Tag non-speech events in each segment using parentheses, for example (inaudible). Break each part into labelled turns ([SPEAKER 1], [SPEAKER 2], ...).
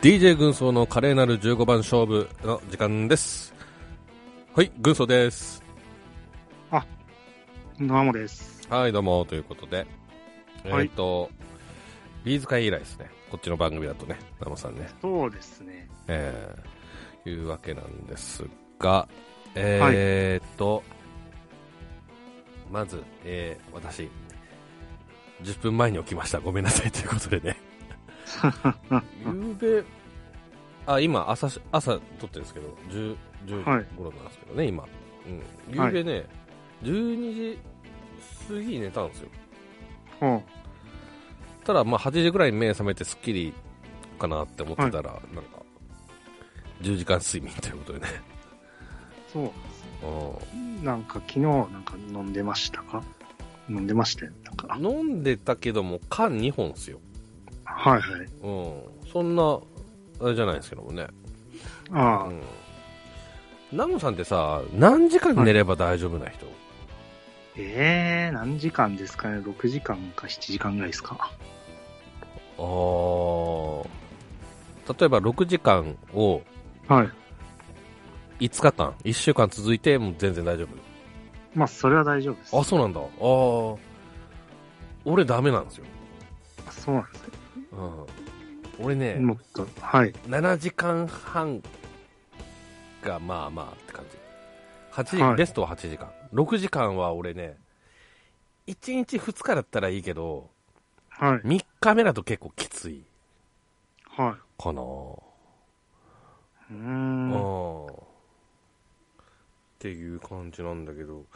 [SPEAKER 1] DJ 軍曹の華麗なる15番勝負の時間ですはい軍曹です
[SPEAKER 2] どうもです。
[SPEAKER 1] はいどうもということで、
[SPEAKER 2] はい
[SPEAKER 1] えっ、とビーズ会以来ですねこっちの番組だとねナモさんね
[SPEAKER 2] そうですね。
[SPEAKER 1] えーいうわけなんですが、えーっと、まず、えー私、10分前に起きました。ごめんなさいということでね。ゆうべ、あ、今、朝し、朝撮ってるんですけど、10、
[SPEAKER 2] は
[SPEAKER 1] 10
[SPEAKER 2] い
[SPEAKER 1] 頃なんですけどね、今。うん。ゆうべね、12時過ぎに寝たんですよ。
[SPEAKER 2] ほ
[SPEAKER 1] ただまあ8時ぐらいに目覚めてすっきりかなって思ってたら、なんか10時間睡眠ということでね、 (laughs)
[SPEAKER 2] う。そう
[SPEAKER 1] う
[SPEAKER 2] なんか昨日なんか飲んでましたか飲んでましたよ。なんか。
[SPEAKER 1] ん、飲んでたけども缶2本っすよ、
[SPEAKER 2] はいはい。
[SPEAKER 1] うん、そんなあれじゃないですけどもね、う
[SPEAKER 2] あ
[SPEAKER 1] ん、ナムさんってさ何時間寝れば大丈夫な人、
[SPEAKER 2] あ、ええー、何時間ですかね ?6 時間か7時間ぐらいですか
[SPEAKER 1] あー例えば6時間を
[SPEAKER 2] はい。
[SPEAKER 1] 5日間1週間続いても全然大丈夫
[SPEAKER 2] まあ、それは大丈夫です。
[SPEAKER 1] あ、そうなんだ。ああ。俺ダメなんですよ。
[SPEAKER 2] そうなんですね
[SPEAKER 1] うん。俺ね、
[SPEAKER 2] もっと、はい。
[SPEAKER 1] 7時間半がまあまあって感じ。8時、
[SPEAKER 2] はい
[SPEAKER 1] ベストは8時間。6時間は俺ね、1日2日だったらいいけど、
[SPEAKER 2] はい。
[SPEAKER 1] 3日目だと結構きつい
[SPEAKER 2] は
[SPEAKER 1] かな、
[SPEAKER 2] い。うー。
[SPEAKER 1] うんん。っていう感じなんだけど。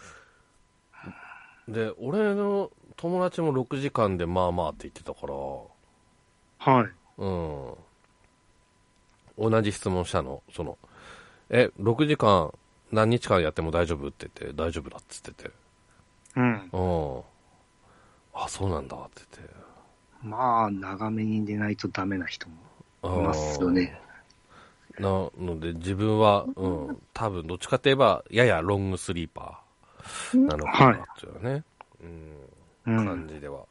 [SPEAKER 1] で、俺の友達も6時間でまあまあって言ってたから、
[SPEAKER 2] はい。
[SPEAKER 1] うん。同じ質問したの、その、え、6時間何日間やっても大丈夫って言って、大丈夫だって言ってて、う
[SPEAKER 2] うん。
[SPEAKER 1] ん。あ、そうなんだって言って。
[SPEAKER 2] まあ、長めに寝ないとダメな人も
[SPEAKER 1] あ
[SPEAKER 2] い
[SPEAKER 1] ー
[SPEAKER 2] ますよね。
[SPEAKER 1] なので、自分は、うん、多分どっちかといえば、ややロングスリーパーなのかなっていうね、
[SPEAKER 2] う
[SPEAKER 1] うん、感
[SPEAKER 2] ん。
[SPEAKER 1] じでは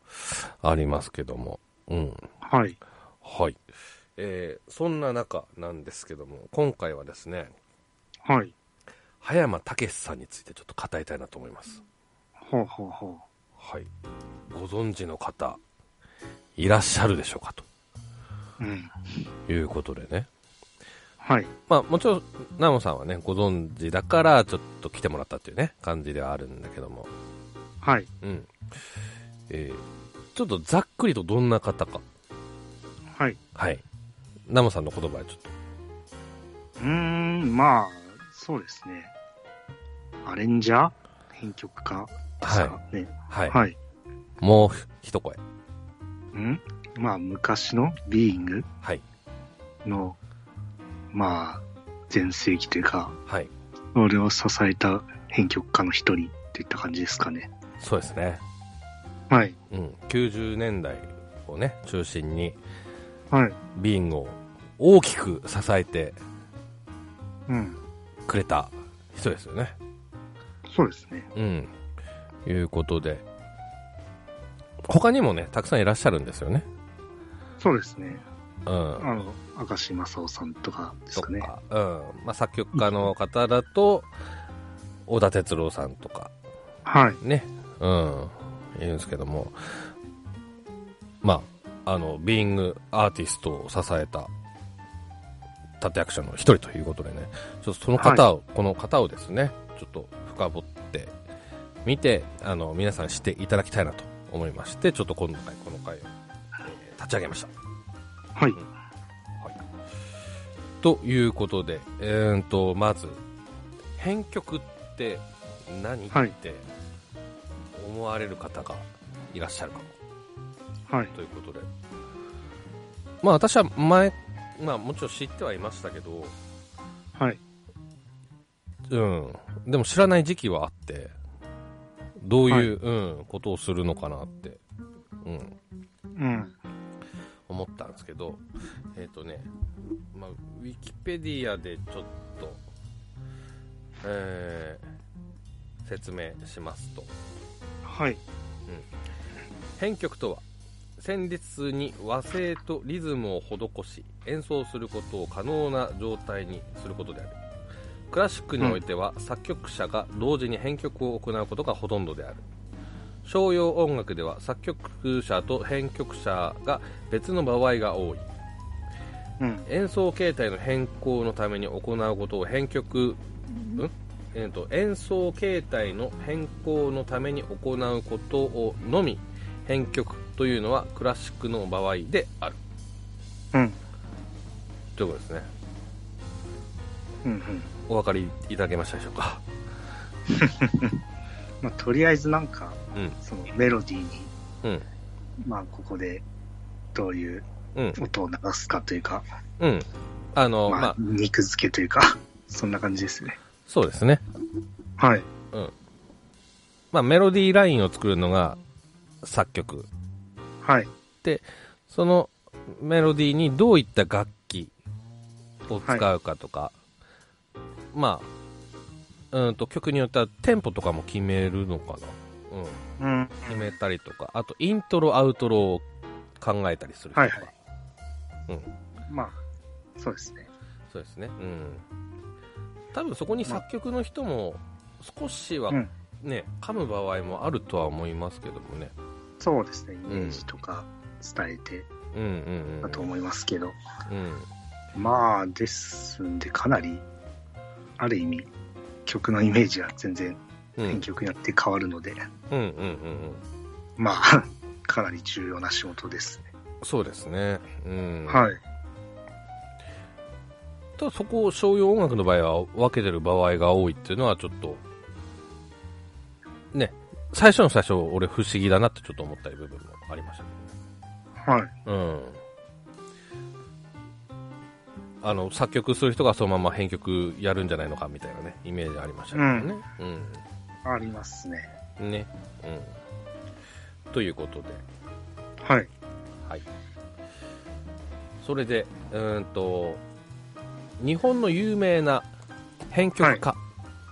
[SPEAKER 1] ありますけども。うん。
[SPEAKER 2] はい。
[SPEAKER 1] はい。えーそんな中なんですけども、今回はですね、
[SPEAKER 2] はい。
[SPEAKER 1] 葉山武さんについてちょっと語りたいなと思います。
[SPEAKER 2] ほうほうほ
[SPEAKER 1] はい。ご存知の方、いらっしゃるでしょうか
[SPEAKER 2] う。うん。
[SPEAKER 1] ということでね。
[SPEAKER 2] はい。
[SPEAKER 1] まあもちろん、ナモさんはね、ご存知だから、ちょっと来てもらったっていうね、感じではあるんだけども。
[SPEAKER 2] はい。
[SPEAKER 1] うん。えーちょっとざっくりとどんな方か。
[SPEAKER 2] はい。
[SPEAKER 1] はい。ナモさんの言葉でちょっと。
[SPEAKER 2] うーん、まあ、そうですね。アレンジャー編曲家ですかね。
[SPEAKER 1] はい。
[SPEAKER 2] はい。
[SPEAKER 1] もう一声。
[SPEAKER 2] うんまあ、昔のビーイング
[SPEAKER 1] はい。
[SPEAKER 2] の、まあ、全盛期というか、
[SPEAKER 1] はい。
[SPEAKER 2] 俺を支えた編曲家の一人といった感じですかね。
[SPEAKER 1] そうですね。
[SPEAKER 2] はい。
[SPEAKER 1] うん。90年代をね、中心に、
[SPEAKER 2] はい。
[SPEAKER 1] ビンゴを大きく支えて
[SPEAKER 2] うん。
[SPEAKER 1] くれた人ですよね。
[SPEAKER 2] そうですね。
[SPEAKER 1] うん。いうことで。他にもね、たくさんいらっしゃるんですよね。
[SPEAKER 2] そうですね。
[SPEAKER 1] うん。
[SPEAKER 2] あの、明石正夫さんとかです
[SPEAKER 1] と
[SPEAKER 2] かね。
[SPEAKER 1] か、うん。まあ、作曲家の方だと、小田哲郎さんとか、
[SPEAKER 2] はい。
[SPEAKER 1] ね。うん。いるんですけども。まあ、あの、ビーイングアーティストを支えた、立役者の一人ということでね、ちょっとその方を、この方をですね、ちょっと深掘ってみて、あの、皆さんしていただきたいなと思いまして、ちょっと今回、この回を、えー立ち上げました。
[SPEAKER 2] はい。
[SPEAKER 1] ということで、えー、と、まず、編曲って何、
[SPEAKER 2] はい
[SPEAKER 1] って思われる方がいらっしゃるかも
[SPEAKER 2] はい。
[SPEAKER 1] ということで。まあ私は前、まあもちろん知ってはいましたけど、
[SPEAKER 2] はい。
[SPEAKER 1] うん。でも知らない時期はあって、どういう、うん、ことをするのかなって、うん、
[SPEAKER 2] うん。
[SPEAKER 1] 思ったんですけど、えっ、とね、まあ、ウィキペディアでちょっと、えー説明しますと、
[SPEAKER 2] はい。
[SPEAKER 1] 編曲とは旋律に和声とリズムを施し演奏することを可能な状態にすることであるクラシックにおいては、作曲者が同時に編曲を行うことがほとんどである商用音楽では作曲者と編曲者が別の場合が多い
[SPEAKER 2] うん。
[SPEAKER 1] 演奏形態の変更のために行うことを編曲、んえー、と演奏形態の変更のために行うことをのみ編曲というのはクラシックの場合である
[SPEAKER 2] うん。
[SPEAKER 1] ということですね
[SPEAKER 2] うん。うん。
[SPEAKER 1] お分かりいただけましたでしょうか
[SPEAKER 2] まあ、とりあえずなんか、
[SPEAKER 1] うん
[SPEAKER 2] そのメロディーに、
[SPEAKER 1] うん
[SPEAKER 2] まあ、ここで、どういう
[SPEAKER 1] うん
[SPEAKER 2] 音を流すかというか、
[SPEAKER 1] うんあのま
[SPEAKER 2] まあ
[SPEAKER 1] あ、
[SPEAKER 2] 肉付けというか、 (laughs) そんな感じですね。
[SPEAKER 1] そうですね
[SPEAKER 2] はい。
[SPEAKER 1] まあメロディーラインを作るのが作曲
[SPEAKER 2] はい。
[SPEAKER 1] そのメロディーにどういった楽器を使うかとか、まあ、うんと曲によってはテンポとかも決めるのかな。うん。
[SPEAKER 2] うん。
[SPEAKER 1] 決めたりとか、あとイントロ、アウトロを考えたりするとか。
[SPEAKER 2] はいはい
[SPEAKER 1] うん。
[SPEAKER 2] まあ、そうですね。
[SPEAKER 1] そうですね。うん。多分そこに作曲の人も少しは
[SPEAKER 2] うん
[SPEAKER 1] ね、噛む場合もあるとは思いますけどもね。
[SPEAKER 2] そうですね。イメージとか伝えて
[SPEAKER 1] うんうんうん。
[SPEAKER 2] だと思いますけど。
[SPEAKER 1] うん。
[SPEAKER 2] まあ、ですんで、かなり、ある意味、曲のイメージは全然
[SPEAKER 1] うん。うん
[SPEAKER 2] 編曲によって変わるので、
[SPEAKER 1] うんうんうん。
[SPEAKER 2] まあ、 (laughs) かなり重要な仕事ですね。
[SPEAKER 1] そうですね。うん。
[SPEAKER 2] はい。
[SPEAKER 1] ただそこを商用音楽の場合は分けてる場合が多いっていうのはちょっとね最初の最初俺不思議だなってちょっと思った部分もありました
[SPEAKER 2] はい。
[SPEAKER 1] けどねうんあの作曲する人がそのまま編曲やるんじゃないのかみたいなねイメージありましたけどねうん、
[SPEAKER 2] ありますね。
[SPEAKER 1] ねうんということで
[SPEAKER 2] はい。
[SPEAKER 1] はいそれでうーんと日本の有名な編曲家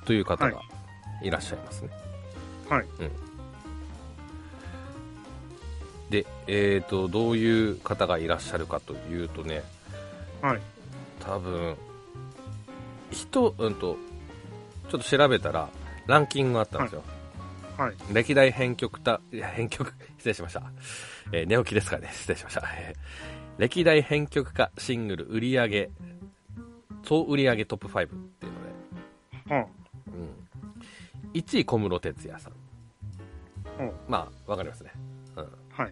[SPEAKER 1] という方が
[SPEAKER 2] はい
[SPEAKER 1] らっしゃいますね
[SPEAKER 2] はい、
[SPEAKER 1] うん、でえー、とどういう方がいらっしゃるかというとね
[SPEAKER 2] はい。
[SPEAKER 1] 多分人うんとちょっと調べたらランキングがあったんですよ、
[SPEAKER 2] はい。
[SPEAKER 1] 歴代編曲た、いや編曲、 (laughs) 失礼しました。えー寝起きですかね、失礼しました。えー歴代編曲家シングル売り上げ、総売り上げトップ5っていうので、
[SPEAKER 2] は
[SPEAKER 1] うん。1位小室哲哉さん。
[SPEAKER 2] うん
[SPEAKER 1] まあ、わかりますね。うん。
[SPEAKER 2] あ、はい。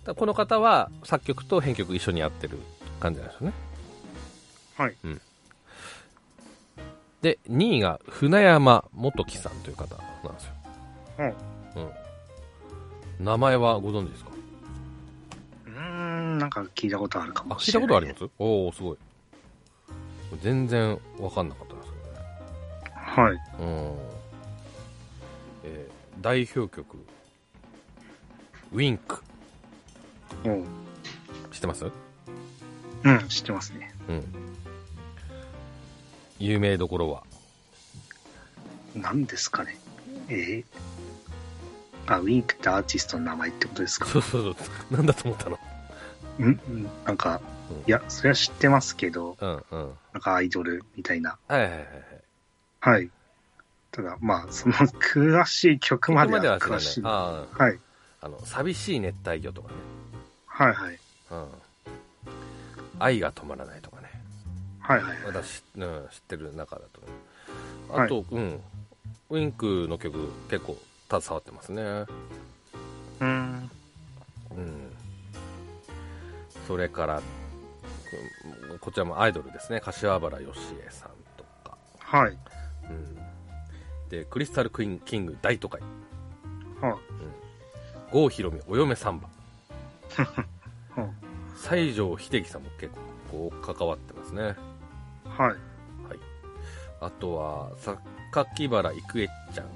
[SPEAKER 1] ただこの方は作曲と編曲一緒にやってる感じなんですよね。
[SPEAKER 2] はい。
[SPEAKER 1] で、2位が船山元樹さんという方なんですよ。
[SPEAKER 2] うん。
[SPEAKER 1] うん。名前はご存知ですか
[SPEAKER 2] うーん、なんか聞いたことあるか
[SPEAKER 1] あ、
[SPEAKER 2] も
[SPEAKER 1] 聞い
[SPEAKER 2] したれ
[SPEAKER 1] こ
[SPEAKER 2] な
[SPEAKER 1] と
[SPEAKER 2] い。
[SPEAKER 1] ありますおおすごい。全然わかんなかったです
[SPEAKER 2] はい。
[SPEAKER 1] けどね。うん。えー代表曲、ウィンク、
[SPEAKER 2] うん。
[SPEAKER 1] 知ってます
[SPEAKER 2] うん、知ってますね。
[SPEAKER 1] うん。有名どころは。
[SPEAKER 2] 何ですかね。えー、あ、ウィンクってアーティストの名前ってことですか
[SPEAKER 1] そうそうそう。なんだと思ったの
[SPEAKER 2] んうんなんか
[SPEAKER 1] うん、
[SPEAKER 2] いや、それは知ってますけど、
[SPEAKER 1] うんうん。
[SPEAKER 2] なんかアイドルみたいな。
[SPEAKER 1] はいはいはいはい。
[SPEAKER 2] はい。ただ、まあ、その詳しい曲までは
[SPEAKER 1] そこま
[SPEAKER 2] 詳
[SPEAKER 1] 知
[SPEAKER 2] しい。
[SPEAKER 1] ら
[SPEAKER 2] は
[SPEAKER 1] ないあ
[SPEAKER 2] い。
[SPEAKER 1] あ。あの、寂しい熱帯魚とかね。
[SPEAKER 2] はいはい。
[SPEAKER 1] うん。愛が止まらないとかね。
[SPEAKER 2] はいはい。
[SPEAKER 1] 私、うん、知ってる中だと思う
[SPEAKER 2] はい
[SPEAKER 1] あと、うんウィンクの曲結構携わってますね
[SPEAKER 2] うーん。
[SPEAKER 1] うんそれからうんこちらもアイドルですね柏原芳恵さんとか、
[SPEAKER 2] はい。
[SPEAKER 1] うん、でクリスタルクイーンキング大都会
[SPEAKER 2] は
[SPEAKER 1] 郷ひろみお嫁サンバ
[SPEAKER 2] あ、は
[SPEAKER 1] 西城秀樹さんも結構関わってますね
[SPEAKER 2] あ、はい。
[SPEAKER 1] あとは榊原郁恵ちゃん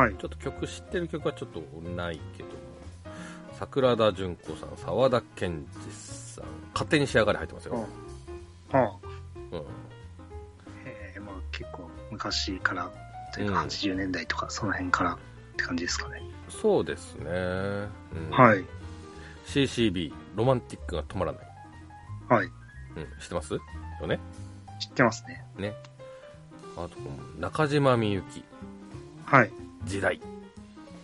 [SPEAKER 2] はい。
[SPEAKER 1] ちょっと曲知ってる曲はちょっとないけども桜田淳子さん沢田研二さん勝手に仕上がり入ってますよ、
[SPEAKER 2] あ、はあ。
[SPEAKER 1] うん
[SPEAKER 2] えー、まあ結構昔から、という
[SPEAKER 1] うん
[SPEAKER 2] か80年代とか、その辺からって感じですかね。
[SPEAKER 1] そうですねううん
[SPEAKER 2] はい。
[SPEAKER 1] CCB、ロマンティックが止まらない。
[SPEAKER 2] はい。
[SPEAKER 1] うん、知ってますよね。
[SPEAKER 2] 知ってますね。
[SPEAKER 1] あと、中島みゆき、
[SPEAKER 2] はい。
[SPEAKER 1] 時代。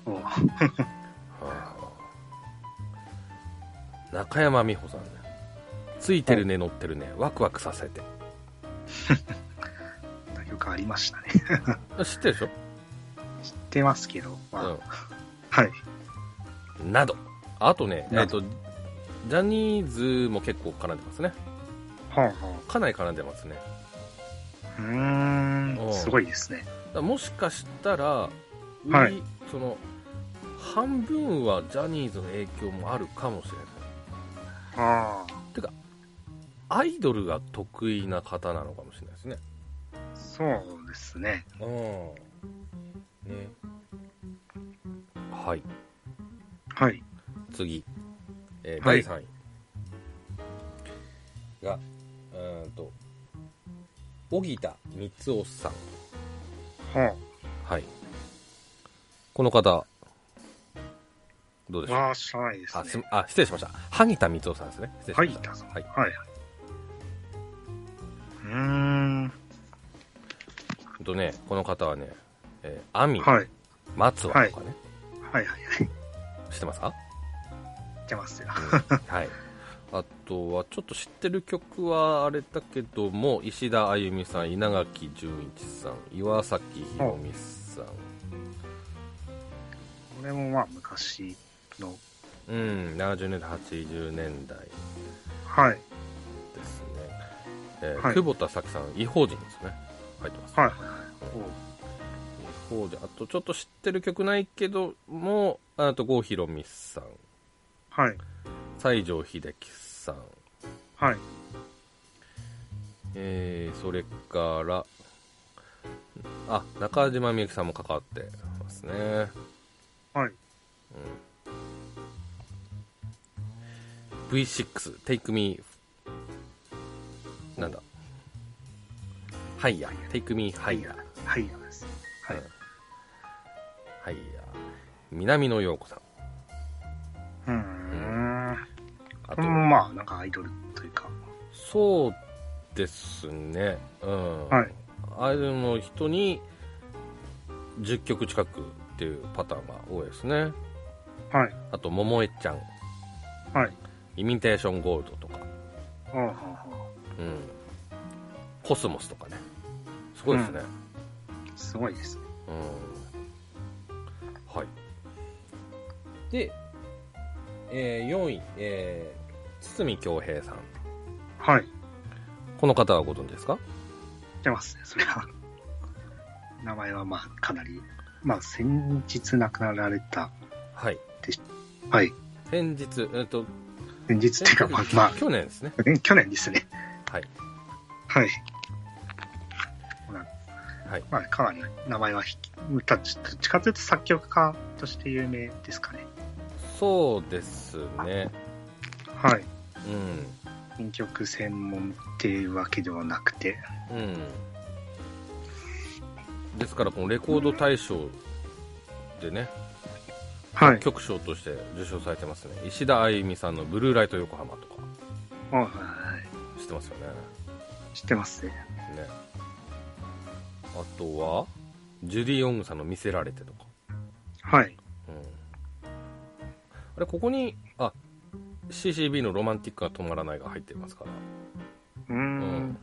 [SPEAKER 2] お
[SPEAKER 1] はあ中山美穂さんね。ついてるね、乗ってるね、ワクワクさせて。
[SPEAKER 2] 曲ありましたね。 (laughs)
[SPEAKER 1] あ知ってるでしょ、
[SPEAKER 2] 知ってますけど、まあ
[SPEAKER 1] う
[SPEAKER 2] はい。
[SPEAKER 1] ん、など。あとね、え
[SPEAKER 2] な
[SPEAKER 1] っと、ジャニーズも結構絡んでますね。
[SPEAKER 2] はあ、は
[SPEAKER 1] かなり絡んでますね。
[SPEAKER 2] あ、うー、
[SPEAKER 1] おうん
[SPEAKER 2] すごいですね。
[SPEAKER 1] だからもしかしたら、売り
[SPEAKER 2] はい
[SPEAKER 1] その半分はジャニーズの影響もあるかもしれない
[SPEAKER 2] あ
[SPEAKER 1] アイドルが得意な方なのかもしれないですね
[SPEAKER 2] あ、そうですね。
[SPEAKER 1] うんねはい
[SPEAKER 2] はい。
[SPEAKER 1] 次、えー
[SPEAKER 2] はい
[SPEAKER 1] 第3位がうーんと荻田光雄さん
[SPEAKER 2] は
[SPEAKER 1] はいこの方どうでし
[SPEAKER 2] あ、
[SPEAKER 1] ょう
[SPEAKER 2] まあ、知らないです
[SPEAKER 1] あす
[SPEAKER 2] ね。
[SPEAKER 1] あ失礼しました萩田光雄さんですね失
[SPEAKER 2] は
[SPEAKER 1] 礼
[SPEAKER 2] い、
[SPEAKER 1] しま
[SPEAKER 2] どう
[SPEAKER 1] し
[SPEAKER 2] ぞ
[SPEAKER 1] たはい
[SPEAKER 2] はい。うーん、
[SPEAKER 1] ほんとね、この方はね、えー、アミ、
[SPEAKER 2] はい。
[SPEAKER 1] 松尾とかね、
[SPEAKER 2] はいはいはい。
[SPEAKER 1] 知って
[SPEAKER 2] (laughs)
[SPEAKER 1] ますか
[SPEAKER 2] 知ってますよ。
[SPEAKER 1] はい。あとは、ちょっと知ってる曲はあれだけども、石田あゆみさん、稲垣潤一さん、岩崎宏美さん、
[SPEAKER 2] これもまあ、昔の、
[SPEAKER 1] うん、70年代、80年代
[SPEAKER 2] はい。
[SPEAKER 1] ですね。えー
[SPEAKER 2] はい
[SPEAKER 1] 久保田咲さん、異邦人ですね。入ってます。
[SPEAKER 2] はいはいはい。お
[SPEAKER 1] 異邦人。あと、ちょっと知ってる曲ないけども、あと、郷ひろみさん、
[SPEAKER 2] はい。
[SPEAKER 1] 西城秀樹さん、
[SPEAKER 2] はい。
[SPEAKER 1] えーそれから、あ、中島みゆきさんも関わってますね。
[SPEAKER 2] はい。
[SPEAKER 1] うん、V6、Take Me、なんだ、Higher、Take Me Higher、
[SPEAKER 2] はい。です。はい。
[SPEAKER 1] Higher、南野陽子さん、
[SPEAKER 2] うーん。
[SPEAKER 1] あ、
[SPEAKER 2] ことれもまあ、なんかアイドルというか。
[SPEAKER 1] そうですね、うん。
[SPEAKER 2] はい。
[SPEAKER 1] アイドルの人に10曲近くっていうパターンが多いですね。
[SPEAKER 2] はい。
[SPEAKER 1] あと、桃江ちゃん、
[SPEAKER 2] はい。
[SPEAKER 1] イミテーションゴールドとか、
[SPEAKER 2] ああ、はあ、は
[SPEAKER 1] うん、コスモスとかね、すごいですね。
[SPEAKER 2] あ。すごいですね。
[SPEAKER 1] うんはい。で、え4位、えー、堤恭平さん。
[SPEAKER 2] はい。
[SPEAKER 1] この方はご存知ですか
[SPEAKER 2] 知ってますね、それは。名前はまあ、かなり。まあ、先日亡くなられた。
[SPEAKER 1] はい。
[SPEAKER 2] はい。
[SPEAKER 1] 先日、えっ、と、
[SPEAKER 2] 先日っていうか、まあ、ま
[SPEAKER 1] 去年ですね。
[SPEAKER 2] あ、去年ですね。
[SPEAKER 1] はい。
[SPEAKER 2] はい。
[SPEAKER 1] はい。
[SPEAKER 2] まあ、かなり名前は引き、たどっちかというと作曲家として有名ですかね。
[SPEAKER 1] そうですね。
[SPEAKER 2] は
[SPEAKER 1] う
[SPEAKER 2] い。
[SPEAKER 1] ん。
[SPEAKER 2] 編曲専門っていうわけではなくて。
[SPEAKER 1] うん。ですから、このレコード大賞でね、
[SPEAKER 2] はい。
[SPEAKER 1] 曲賞として受賞されてますね。石田あゆみさんのブルーライト横浜とか、
[SPEAKER 2] はいはいはい。
[SPEAKER 1] 知ってますよね。
[SPEAKER 2] 知ってますね。
[SPEAKER 1] ねあとはジュディ・オングさんの「見せられて」とか、
[SPEAKER 2] はい。
[SPEAKER 1] うん、あれここにあ CCB の「ロマンティックが止まらない」が入ってますから、
[SPEAKER 2] うー
[SPEAKER 1] うん
[SPEAKER 2] ん。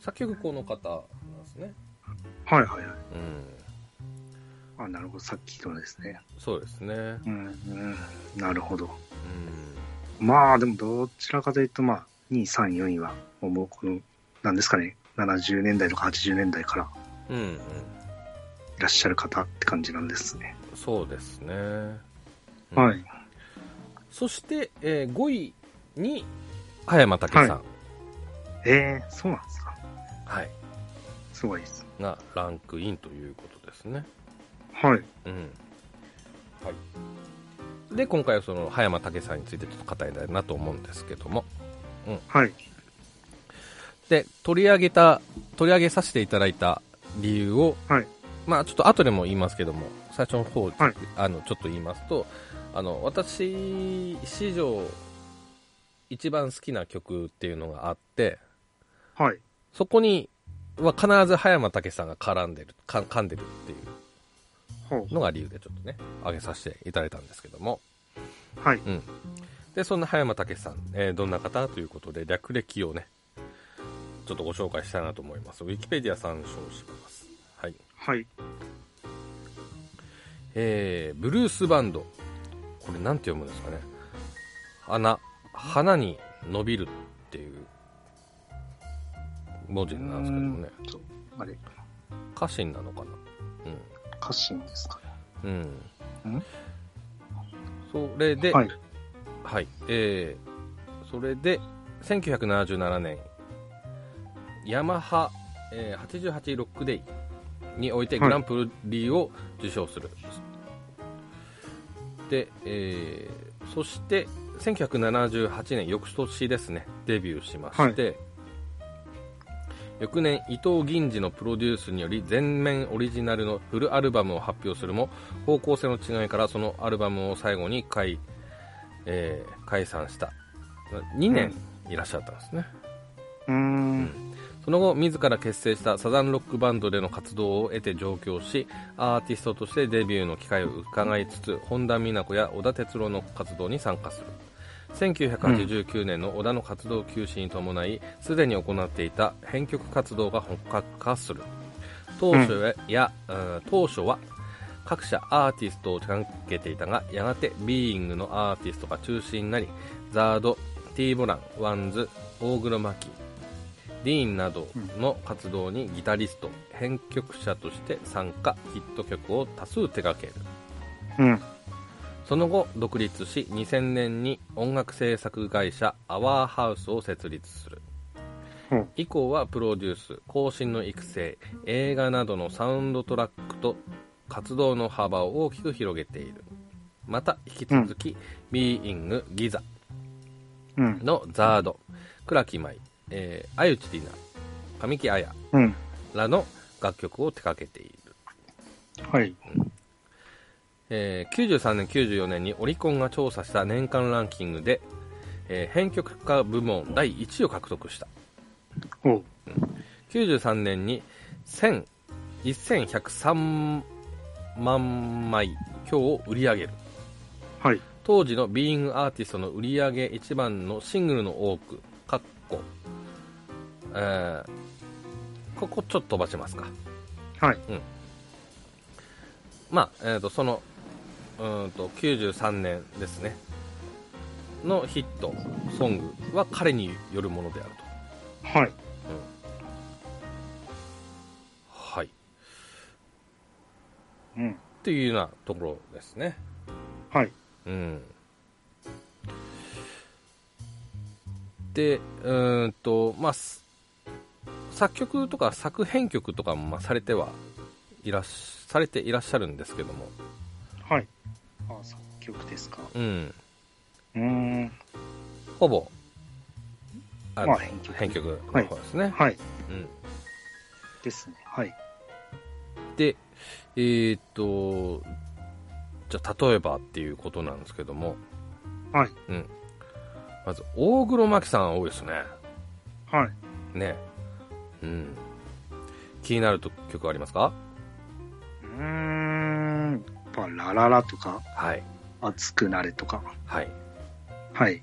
[SPEAKER 1] 作曲この方なんですね、
[SPEAKER 2] はいはいはい。
[SPEAKER 1] うん、
[SPEAKER 2] あ、なるほど。さっきのですね。
[SPEAKER 1] そうですね、うん
[SPEAKER 2] うん、うん。なるほど。まあ、でもどちらかというと、まあ、2位、3位、4位は、もうこの、なんですかね、70年代とか80年代から
[SPEAKER 1] うんうん
[SPEAKER 2] いらっしゃる方って感じなんですね。
[SPEAKER 1] そうですね、うん
[SPEAKER 2] はい。
[SPEAKER 1] そして、え5位に葉山武さん、
[SPEAKER 2] えー、そうなんですか。
[SPEAKER 1] はい、
[SPEAKER 2] すごいです。
[SPEAKER 1] がランクインということですね
[SPEAKER 2] はい。
[SPEAKER 1] うんはい、で今回はその葉山武さんについてちょっと語りたいなと思うんですけども
[SPEAKER 2] はい。
[SPEAKER 1] で取り上げた取り上げさせていただいた理由を、
[SPEAKER 2] はい
[SPEAKER 1] まあ、ちょっと後でも言いますけども最初の方、
[SPEAKER 2] はい
[SPEAKER 1] あのちょっと言いますとあの私史上一番好きな曲っていうのがあって
[SPEAKER 2] はい。
[SPEAKER 1] そこには必ず葉山武さんが絡んでるか噛んでるっていう
[SPEAKER 2] ほ
[SPEAKER 1] のが理由でちょっとね挙げさせていただいたんですけども
[SPEAKER 2] う。はい。
[SPEAKER 1] でそんな葉山武さん、えーどんな方ということで略歴をねちょっとご紹介したいなと思いますウィキペディア参照しますはい
[SPEAKER 2] はい。
[SPEAKER 1] えーブルースバンドこれなんて読むんですかね花花に伸びるっていう文字なんですけどもね
[SPEAKER 2] うーんとあれ、
[SPEAKER 1] 家臣なのかな
[SPEAKER 2] 家臣ですか
[SPEAKER 1] うんうん
[SPEAKER 2] ん
[SPEAKER 1] それで
[SPEAKER 2] ね。
[SPEAKER 1] は、
[SPEAKER 2] はいい。
[SPEAKER 1] えーそれで1977年ヤマハ、えー88ロックデイにおいて
[SPEAKER 2] は
[SPEAKER 1] グ
[SPEAKER 2] い
[SPEAKER 1] ランプリを受賞する、で、えーそして1978年翌年ですねデビューしまして、翌年伊藤銀次のプロデュースにより全面オリジナルのフルアルバムを発表するも方向性の違いからそのアルバムを最後に解,、えー解散した2年いらっしゃったんですね、
[SPEAKER 2] うーん。
[SPEAKER 1] その後自ら結成したサザンロックバンドでの活動を得て上京しアーティストとしてデビューの機会を伺いつつ本田美奈子や小田哲郎の活動に参加する1989年の小田の活動休止に伴いすでに行っていた編曲活動が本格化する当初は,、やうん当初は各社アーティストを手掛けていたがやがてビーイングのアーティストが中心になりザード、ティーボラン、ワンズ、大黒摩季ディーンなどの活動にギタリスト、編曲者として参加ヒット曲を多数手掛ける
[SPEAKER 2] うん。
[SPEAKER 1] その後独立し2000年に音楽制作会社アワーハウスを設立する
[SPEAKER 2] うん
[SPEAKER 1] 以降はプロデュース後進の育成映画などのサウンドトラックと活動の幅を大きく広げているまた引き続き、ビーイングギザ
[SPEAKER 2] うん。
[SPEAKER 1] のザード倉木舞、えー、あゆちりな神木彩
[SPEAKER 2] うん。
[SPEAKER 1] らの楽曲を手掛けている
[SPEAKER 2] はい。
[SPEAKER 1] えー93年、94年にオリコンが調査した年間ランキングで、えー編曲家部門第1位を獲得した
[SPEAKER 2] おう。
[SPEAKER 1] 93年に1000 1103万枚強を売り上げる
[SPEAKER 2] はい。
[SPEAKER 1] 当時のビーイングアーティストの売り上げ一番のシングルの多くかっこ、えーここちょっと飛ばしますか
[SPEAKER 2] はい。
[SPEAKER 1] まあ、えー、とそのうーんと93年ですねのヒットソングは彼によるものであると
[SPEAKER 2] はい。
[SPEAKER 1] はいっ
[SPEAKER 2] うん。
[SPEAKER 1] ていうようなところですね
[SPEAKER 2] はい。
[SPEAKER 1] うんでうーんとまあす作曲とか作編曲とかもまあされてはいらっしされていらっしゃるんですけども
[SPEAKER 2] はい。あ、作曲ですか。
[SPEAKER 1] うん
[SPEAKER 2] うーん。
[SPEAKER 1] ほぼあの
[SPEAKER 2] まあ編曲
[SPEAKER 1] 編曲の方ですね、
[SPEAKER 2] はい。
[SPEAKER 1] うん
[SPEAKER 2] ですね。はい。
[SPEAKER 1] で、えーっと、じゃあ例えばっていうことなんですけども、
[SPEAKER 2] はい。
[SPEAKER 1] うん。まず、大黒摩季さん多いですね。
[SPEAKER 2] はい。
[SPEAKER 1] ね。うん。気になると曲ありますか
[SPEAKER 2] うーん。やっぱ、ラララとか、
[SPEAKER 1] はい。
[SPEAKER 2] 熱くなれとか。
[SPEAKER 1] はい。
[SPEAKER 2] はい。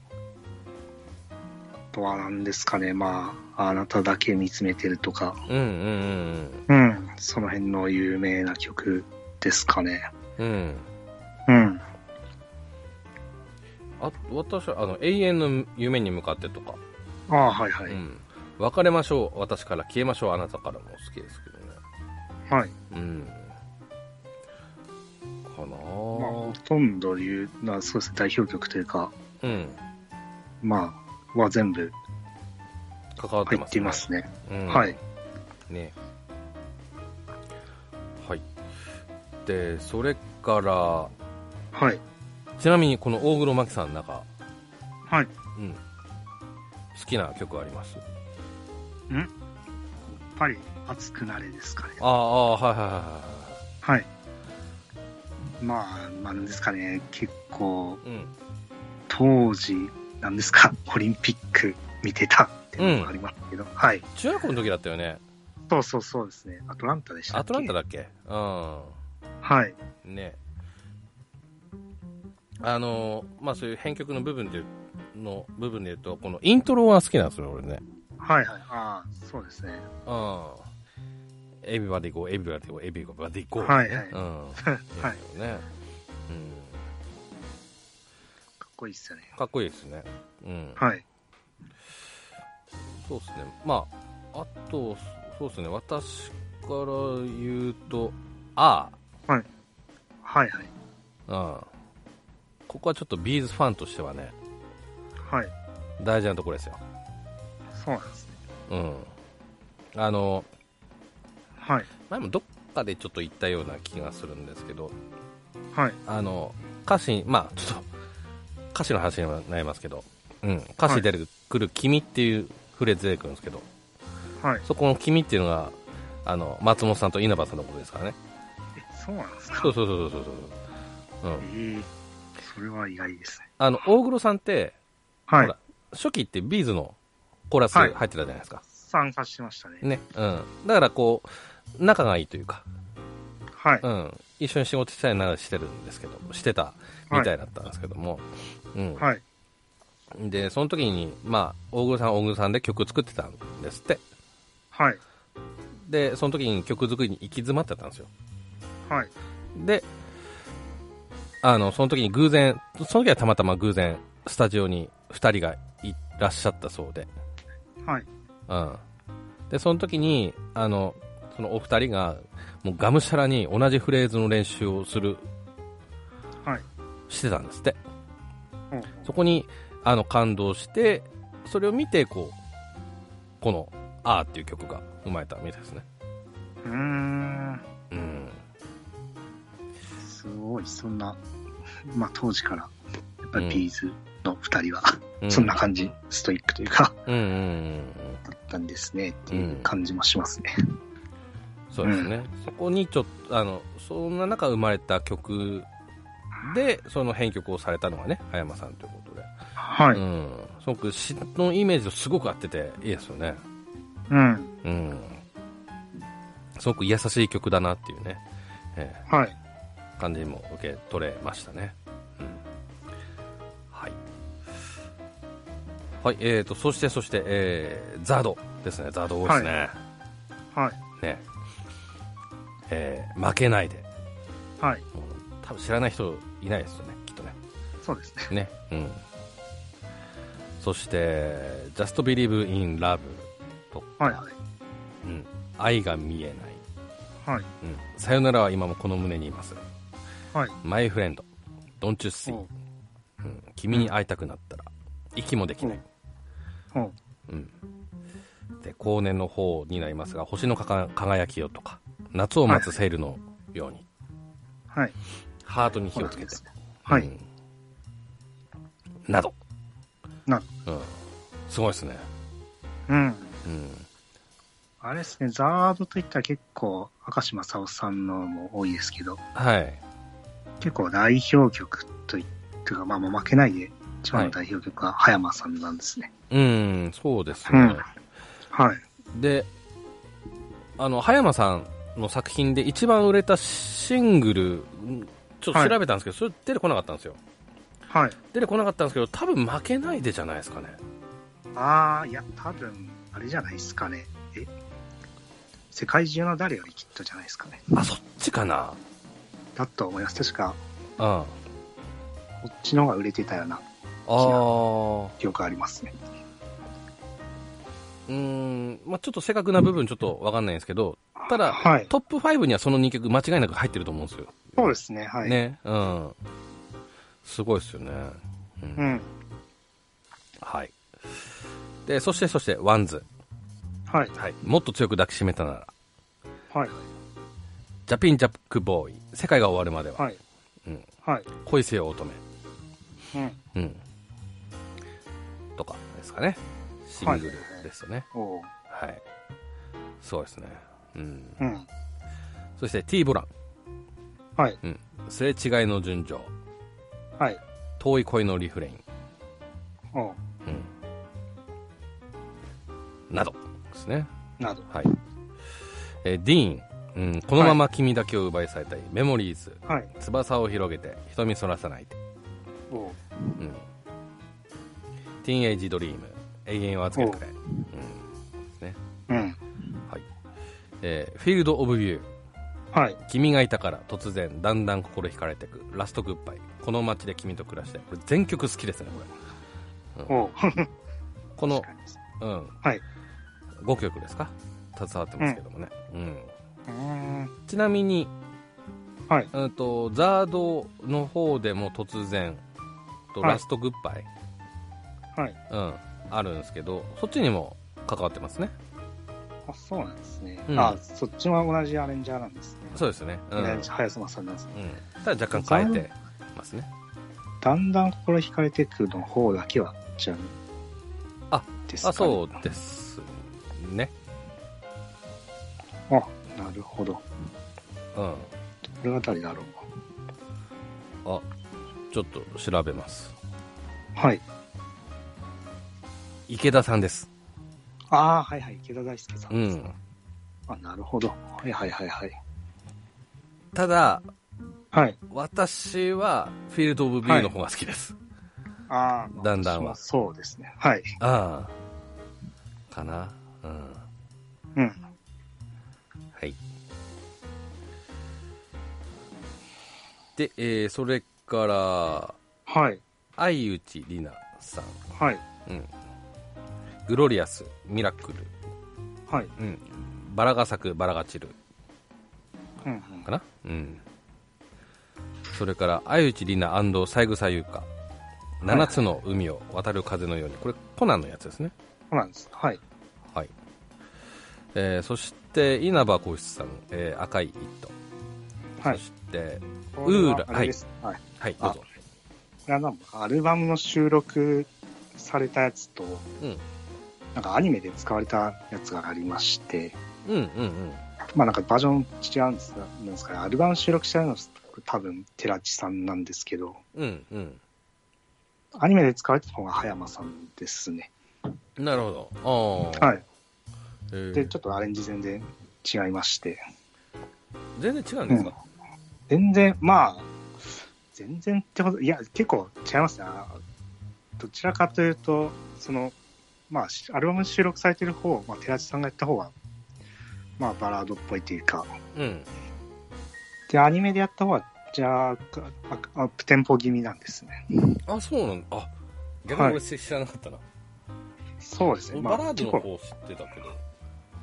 [SPEAKER 2] あとは何ですかね。まあ、あなただけ見つめてるとか。
[SPEAKER 1] うんうん
[SPEAKER 2] うん。その辺の有名な曲ですかね。
[SPEAKER 1] うんうん。うん。
[SPEAKER 2] うん。
[SPEAKER 1] あ、私は、あの、永遠の夢に向かってとか、
[SPEAKER 2] ああ、はいは
[SPEAKER 1] う
[SPEAKER 2] い。
[SPEAKER 1] ん。別れましょう、私から消えましょう、あなたからも好きですけどね。
[SPEAKER 2] はい。
[SPEAKER 1] うん。かな
[SPEAKER 2] まあ、ほ
[SPEAKER 1] ぁ。
[SPEAKER 2] とんどいう、なそうですね、代表曲というか、
[SPEAKER 1] うん。
[SPEAKER 2] まあ、は全部
[SPEAKER 1] 関わって
[SPEAKER 2] 入
[SPEAKER 1] ます、ね。
[SPEAKER 2] っていますね。
[SPEAKER 1] うん
[SPEAKER 2] はい。
[SPEAKER 1] ねはいでそれか
[SPEAKER 2] はい。
[SPEAKER 1] らちなみにこの大黒摩季さんの中、
[SPEAKER 2] はい。
[SPEAKER 1] うん、好きな曲あります
[SPEAKER 2] やっぱり、熱くなれですかね。
[SPEAKER 1] ああああはいはいはいはい
[SPEAKER 2] はい。まあ、まあ、なんですかね、結構、
[SPEAKER 1] うん。
[SPEAKER 2] 当時、なんですか、オリンピック見てたっていうのがありますけど、はい。
[SPEAKER 1] 中学校の時だったよね。
[SPEAKER 2] そうそうそうですね。アトランタでしたっけ
[SPEAKER 1] アトランタだっけうん。
[SPEAKER 2] はい。
[SPEAKER 1] ねあのまあそういう編曲の部分での部分で言うとこのイントロは好きなんですよ俺ね
[SPEAKER 2] はいはい。ああ、そうですね。
[SPEAKER 1] うんエビバディゴーエビバディゴーエビバディゴー
[SPEAKER 2] はい (laughs) はい
[SPEAKER 1] うん
[SPEAKER 2] はい
[SPEAKER 1] ですよね、
[SPEAKER 2] かっこいいっすよね。
[SPEAKER 1] うん、かっこいいですねうん
[SPEAKER 2] はい。
[SPEAKER 1] そうですねまああとそうですね私から言うとあ
[SPEAKER 2] はいはい。
[SPEAKER 1] あうんここはちょっとビーズファンとしてはね
[SPEAKER 2] はい。
[SPEAKER 1] 大事なところですよ
[SPEAKER 2] そうなんですね。
[SPEAKER 1] うんあの
[SPEAKER 2] はい。
[SPEAKER 1] 前もどっかでちょっと言ったような気がするんですけど
[SPEAKER 2] はい。
[SPEAKER 1] あの歌詞にまあちょっと歌詞の話にはなりますけど、うん、歌詞に出てくる「君」っていうフレーズ出てくるんですけど
[SPEAKER 2] はい。
[SPEAKER 1] そこの「君」っていうのがあの松本さんと稲葉さんのことですからね
[SPEAKER 2] え、そうなんですか
[SPEAKER 1] そうそうそうそうそうそう、う
[SPEAKER 2] え
[SPEAKER 1] ん、
[SPEAKER 2] えそれは意外ですね。
[SPEAKER 1] あの大黒さんって
[SPEAKER 2] は
[SPEAKER 1] ほ
[SPEAKER 2] い
[SPEAKER 1] ら。初期ってビーズのコーラス入
[SPEAKER 2] は
[SPEAKER 1] って
[SPEAKER 2] い
[SPEAKER 1] たじゃないですか、
[SPEAKER 2] 参加しましたね。
[SPEAKER 1] ねうん、だからこう仲がいいというか、
[SPEAKER 2] はい。
[SPEAKER 1] うん、一緒に仕事したりならしてるんですけどしてたみたいだったんですけども、うん、
[SPEAKER 2] はい。
[SPEAKER 1] で、その時に、まあ、大黒さんは大黒さんで曲作ってたんですって。
[SPEAKER 2] はい。
[SPEAKER 1] で、その時に曲作りに行き詰まってたんですよ。
[SPEAKER 2] はい。
[SPEAKER 1] で、あの、その時に偶然、その時はたまたま偶然、スタジオに2人がいらっしゃったそうで、
[SPEAKER 2] はい。
[SPEAKER 1] うん。で、その時に、あの、そのお二人が、もうがむしゃらに同じフレーズの練習をする、
[SPEAKER 2] はい。
[SPEAKER 1] してたんですって。
[SPEAKER 2] うん
[SPEAKER 1] そこに、あの、感動して、それを見て、こう、この、あーっていう曲が生まれたみたいですね。
[SPEAKER 2] うーん。
[SPEAKER 1] うん。
[SPEAKER 2] すごい、そんな、まあ当時から、やっぱりビーズの二人は、
[SPEAKER 1] うん
[SPEAKER 2] そんな感じ、ストイックというか、
[SPEAKER 1] うんうんうんうん。
[SPEAKER 2] だったんですね、っていう感じもしますね。
[SPEAKER 1] そうですね。そこにちょっと、あの、そんな中生まれた曲で、その編曲をされたのがね、葉山さんということで。
[SPEAKER 2] は
[SPEAKER 1] う
[SPEAKER 2] い。
[SPEAKER 1] ん。すごく詩のイメージとすごく合ってて、いいですよね。
[SPEAKER 2] うん。
[SPEAKER 1] うん。すごく優しい曲だなっていうね、え
[SPEAKER 2] はい。
[SPEAKER 1] ー感じも受け取れましたね。うん。はい。はい、えーと、そして、そして、えー、ザードですね、ザード多いですね。
[SPEAKER 2] はい。
[SPEAKER 1] ねえー負けないで
[SPEAKER 2] はい。
[SPEAKER 1] もう多分知らない人いないですよねきっとね
[SPEAKER 2] そうですね。
[SPEAKER 1] ねうんそして「Just Believe in Love」と、
[SPEAKER 2] はい。はい。
[SPEAKER 1] うん「愛が見えない」
[SPEAKER 2] はい。
[SPEAKER 1] うん「さよならは今もこの胸にいます」
[SPEAKER 2] はい。
[SPEAKER 1] 「My Friend」「Don't You See
[SPEAKER 2] おう」
[SPEAKER 1] うん「君に会いたくなったら息もできない」
[SPEAKER 2] おう
[SPEAKER 1] うんで後年の方になりますが「星のかか輝きよ」とか「夏を待つセールのように」
[SPEAKER 2] はい。
[SPEAKER 1] ハートに火をつけて
[SPEAKER 2] そうなんですねは
[SPEAKER 1] う
[SPEAKER 2] い。
[SPEAKER 1] んなど、
[SPEAKER 2] な、
[SPEAKER 1] うん、すごいですね、
[SPEAKER 2] うん。
[SPEAKER 1] うん、
[SPEAKER 2] あれですね、ザードといったら結構、明石正夫さんのも多いですけど、
[SPEAKER 1] はい
[SPEAKER 2] 結構代表曲といっていうか、まあ、もう負けないで、一番の代表曲は葉山さんなんですね。
[SPEAKER 1] うんそうですね、
[SPEAKER 2] はい。
[SPEAKER 1] であの葉山さんの作品で一番売れたシングルうんちょっと調べたんですけど、それ出てこなかったんですよ
[SPEAKER 2] はい。
[SPEAKER 1] 出てこなかったんですけど多分負けないでじゃないですかね
[SPEAKER 2] ああ、いや、多分、あれじゃないですかね。え世界中の誰よりきっとじゃないですかね。
[SPEAKER 1] あそっちかな
[SPEAKER 2] だと思います。確か、
[SPEAKER 1] うんあ
[SPEAKER 2] こっちの方が売れてたような
[SPEAKER 1] あー
[SPEAKER 2] 記憶ありますね。
[SPEAKER 1] うーん、まあ、ちょっと正確な部分ちょっとわかんないんですけどただ、
[SPEAKER 2] はい
[SPEAKER 1] トップ5にはその2曲間違いなく入ってると思うんですよ
[SPEAKER 2] そうですね、はい。
[SPEAKER 1] ね、うん。すごいですよね。うん
[SPEAKER 2] うん。
[SPEAKER 1] はい。で、そして、そして、ワンズ。
[SPEAKER 2] はい。
[SPEAKER 1] はい。もっと強く抱きしめたなら、
[SPEAKER 2] はい。
[SPEAKER 1] ジャピンジャックボーイ、世界が終わるまでは、
[SPEAKER 2] はい。
[SPEAKER 1] うん、
[SPEAKER 2] はい。
[SPEAKER 1] 恋せよ乙女、
[SPEAKER 2] うん。
[SPEAKER 1] うん。とかですかね。シングルですよね。
[SPEAKER 2] おう
[SPEAKER 1] はい。すごいですね。うん。
[SPEAKER 2] うん。
[SPEAKER 1] そして、ティーボラン。
[SPEAKER 2] はい。
[SPEAKER 1] うん。すれ違いの純情、
[SPEAKER 2] はい。
[SPEAKER 1] 遠い恋のリフレイン、
[SPEAKER 2] おう
[SPEAKER 1] うん、などですね。
[SPEAKER 2] など。
[SPEAKER 1] はい。えーディーン、うん、このまま君だけを奪い去りたい、メモリーズ、
[SPEAKER 2] はい。
[SPEAKER 1] 翼を広げて、瞳そらさないで、
[SPEAKER 2] おう
[SPEAKER 1] うん、ティーンエイジドリーム、永遠を預けてくれ、うん
[SPEAKER 2] うん。
[SPEAKER 1] はいえーフィールド・オブ・ビュー、
[SPEAKER 2] はい。
[SPEAKER 1] 君がいたから突然、だんだん心惹かれてく、ラスト・グッバイ、この街で君と暮らして、これ全曲好きですね、これ。
[SPEAKER 2] おう
[SPEAKER 1] この、
[SPEAKER 2] (laughs) 確かに
[SPEAKER 1] うん、
[SPEAKER 2] はい。
[SPEAKER 1] 5曲ですか携わってますけどもね。うん
[SPEAKER 2] うーん。
[SPEAKER 1] ちなみに、
[SPEAKER 2] はい
[SPEAKER 1] うんと、ザードの方でも突然、と
[SPEAKER 2] はい
[SPEAKER 1] ラストグッバイ、
[SPEAKER 2] はい。
[SPEAKER 1] うん、あるんですけど、そっちにも関わってますね。
[SPEAKER 2] あ、そうなんですね。
[SPEAKER 1] うん
[SPEAKER 2] あ、そっちは同じアレンジャーなんですね。
[SPEAKER 1] そうですね。うん。うん
[SPEAKER 2] ね、早妻さんなんですね。
[SPEAKER 1] ただ若干変えてますね。
[SPEAKER 2] だんだん心惹かれてくの方だけは、じゃあ、
[SPEAKER 1] あ、
[SPEAKER 2] ですか
[SPEAKER 1] あ、
[SPEAKER 2] ね
[SPEAKER 1] そうですね。
[SPEAKER 2] あ、なるほど。こ
[SPEAKER 1] うん。
[SPEAKER 2] れが誰だろう。
[SPEAKER 1] あ、ちょっと調べます。
[SPEAKER 2] はい。
[SPEAKER 1] 池田さんです。
[SPEAKER 2] ああ、はいはい。池田大輔さん
[SPEAKER 1] う
[SPEAKER 2] です、
[SPEAKER 1] ん。
[SPEAKER 2] あ、なるほど。はいはいはいはい。
[SPEAKER 1] ただ、
[SPEAKER 2] はい。
[SPEAKER 1] 私は、フィールド・オブ・ビューの方が好きです。
[SPEAKER 2] ああ、
[SPEAKER 1] だんだんは
[SPEAKER 2] 私もそうですね。はい。
[SPEAKER 1] ああ。かな。うん。
[SPEAKER 2] うん。
[SPEAKER 1] はい。で、えーそれから、
[SPEAKER 2] はい。
[SPEAKER 1] 相内里奈さん、
[SPEAKER 2] はい。
[SPEAKER 1] うん、グロリアス、ミラクル、
[SPEAKER 2] はい。
[SPEAKER 1] うん、バラが咲く、バラが散る、
[SPEAKER 2] うん、うん。
[SPEAKER 1] かな。うん。それから、相内里奈三枝優香、七つの海を渡る風のように、これ、コナンのやつですね。
[SPEAKER 2] そうなんです。はい。
[SPEAKER 1] はい。えーそして、稲葉浩志さん、えー赤い一頭。
[SPEAKER 2] はい
[SPEAKER 1] そ。して、
[SPEAKER 2] これは
[SPEAKER 1] ウーラ
[SPEAKER 2] あれです。はい。
[SPEAKER 1] はい、どうぞ。
[SPEAKER 2] これはなんかアルバムの収録されたやつと、
[SPEAKER 1] うん。
[SPEAKER 2] なんかアニメで使われたやつがありまして、
[SPEAKER 1] うんうんうん。
[SPEAKER 2] まあなんかバージョン違うんですがなんですかね、アルバム収録してあるのは多分寺地さんなんですけど、
[SPEAKER 1] うんうん。
[SPEAKER 2] アニメで使われてた方が葉山さんですね。
[SPEAKER 1] なるほど。ああ。。
[SPEAKER 2] はいい。で、ちょっとアレンジ全然違いまして。
[SPEAKER 1] 全然違うんですか、
[SPEAKER 2] 全然、まあ、全然ってこと、いや、結構違いますね。あどちらかというと、その、まあ、しアルバム収録されてる方、まあ、寺地さんがやった方は、まあ、バラードっぽいというか、
[SPEAKER 1] うん、
[SPEAKER 2] で、アニメでやった方は、じゃあ、アップテンポ気味なんですね。
[SPEAKER 1] あ、そうなんだ。あ、逆に俺知らなかったな。
[SPEAKER 2] そうですね。
[SPEAKER 1] 俺バラード
[SPEAKER 2] 結
[SPEAKER 1] の
[SPEAKER 2] 構、
[SPEAKER 1] 方知ってたけど。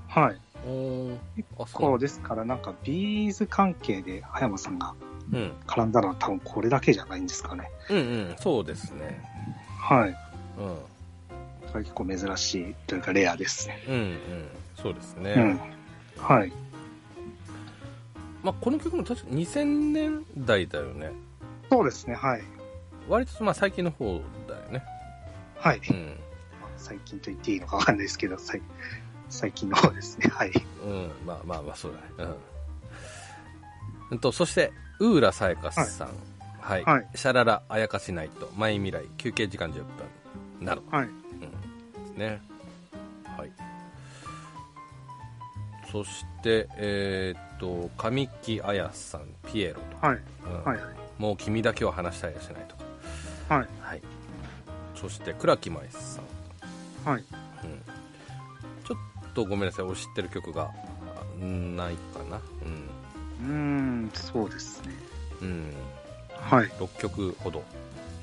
[SPEAKER 2] はい。
[SPEAKER 1] おーあ、そう
[SPEAKER 2] こ
[SPEAKER 1] な
[SPEAKER 2] うん
[SPEAKER 1] だ。
[SPEAKER 2] ですから、なんか、ビーズ関係で、葉山さんが
[SPEAKER 1] うん。
[SPEAKER 2] 絡んだのは多分これだけじゃないんですかね。
[SPEAKER 1] うんうん、そうですね。
[SPEAKER 2] はい。
[SPEAKER 1] うん。
[SPEAKER 2] これ結構珍しいというか、レアですね。
[SPEAKER 1] うんうん。そうですね。
[SPEAKER 2] うん。はい。
[SPEAKER 1] まあ、この曲も確か2000年代だよね。
[SPEAKER 2] そうですね、はい。
[SPEAKER 1] 割とまあ最近の方だよね。
[SPEAKER 2] はい。
[SPEAKER 1] うん。
[SPEAKER 2] 最近と言っていいのかわかんないですけど、最最近の方ですね。はい。
[SPEAKER 1] うん、まあまあまあ、そうだね。うん。うんと、そして、ウーラさやかさん。はい。
[SPEAKER 2] はい
[SPEAKER 1] シャララ、あやかしないと、マイ未来、休憩時間10分。など。
[SPEAKER 2] はい。
[SPEAKER 1] うん。ですね。はい。そして、えーっと、神木綾さん、ピエロと。
[SPEAKER 2] はい。
[SPEAKER 1] うん
[SPEAKER 2] はい。
[SPEAKER 1] もう君だけは話したりはしないとか。
[SPEAKER 2] はい。
[SPEAKER 1] はい。そして、倉木舞さん。
[SPEAKER 2] はい。
[SPEAKER 1] うんちょっとごめんなさい、俺知ってる曲があないかな。
[SPEAKER 2] うーん、そうですね。
[SPEAKER 1] うん。うん。
[SPEAKER 2] はい。
[SPEAKER 1] 6曲ほど、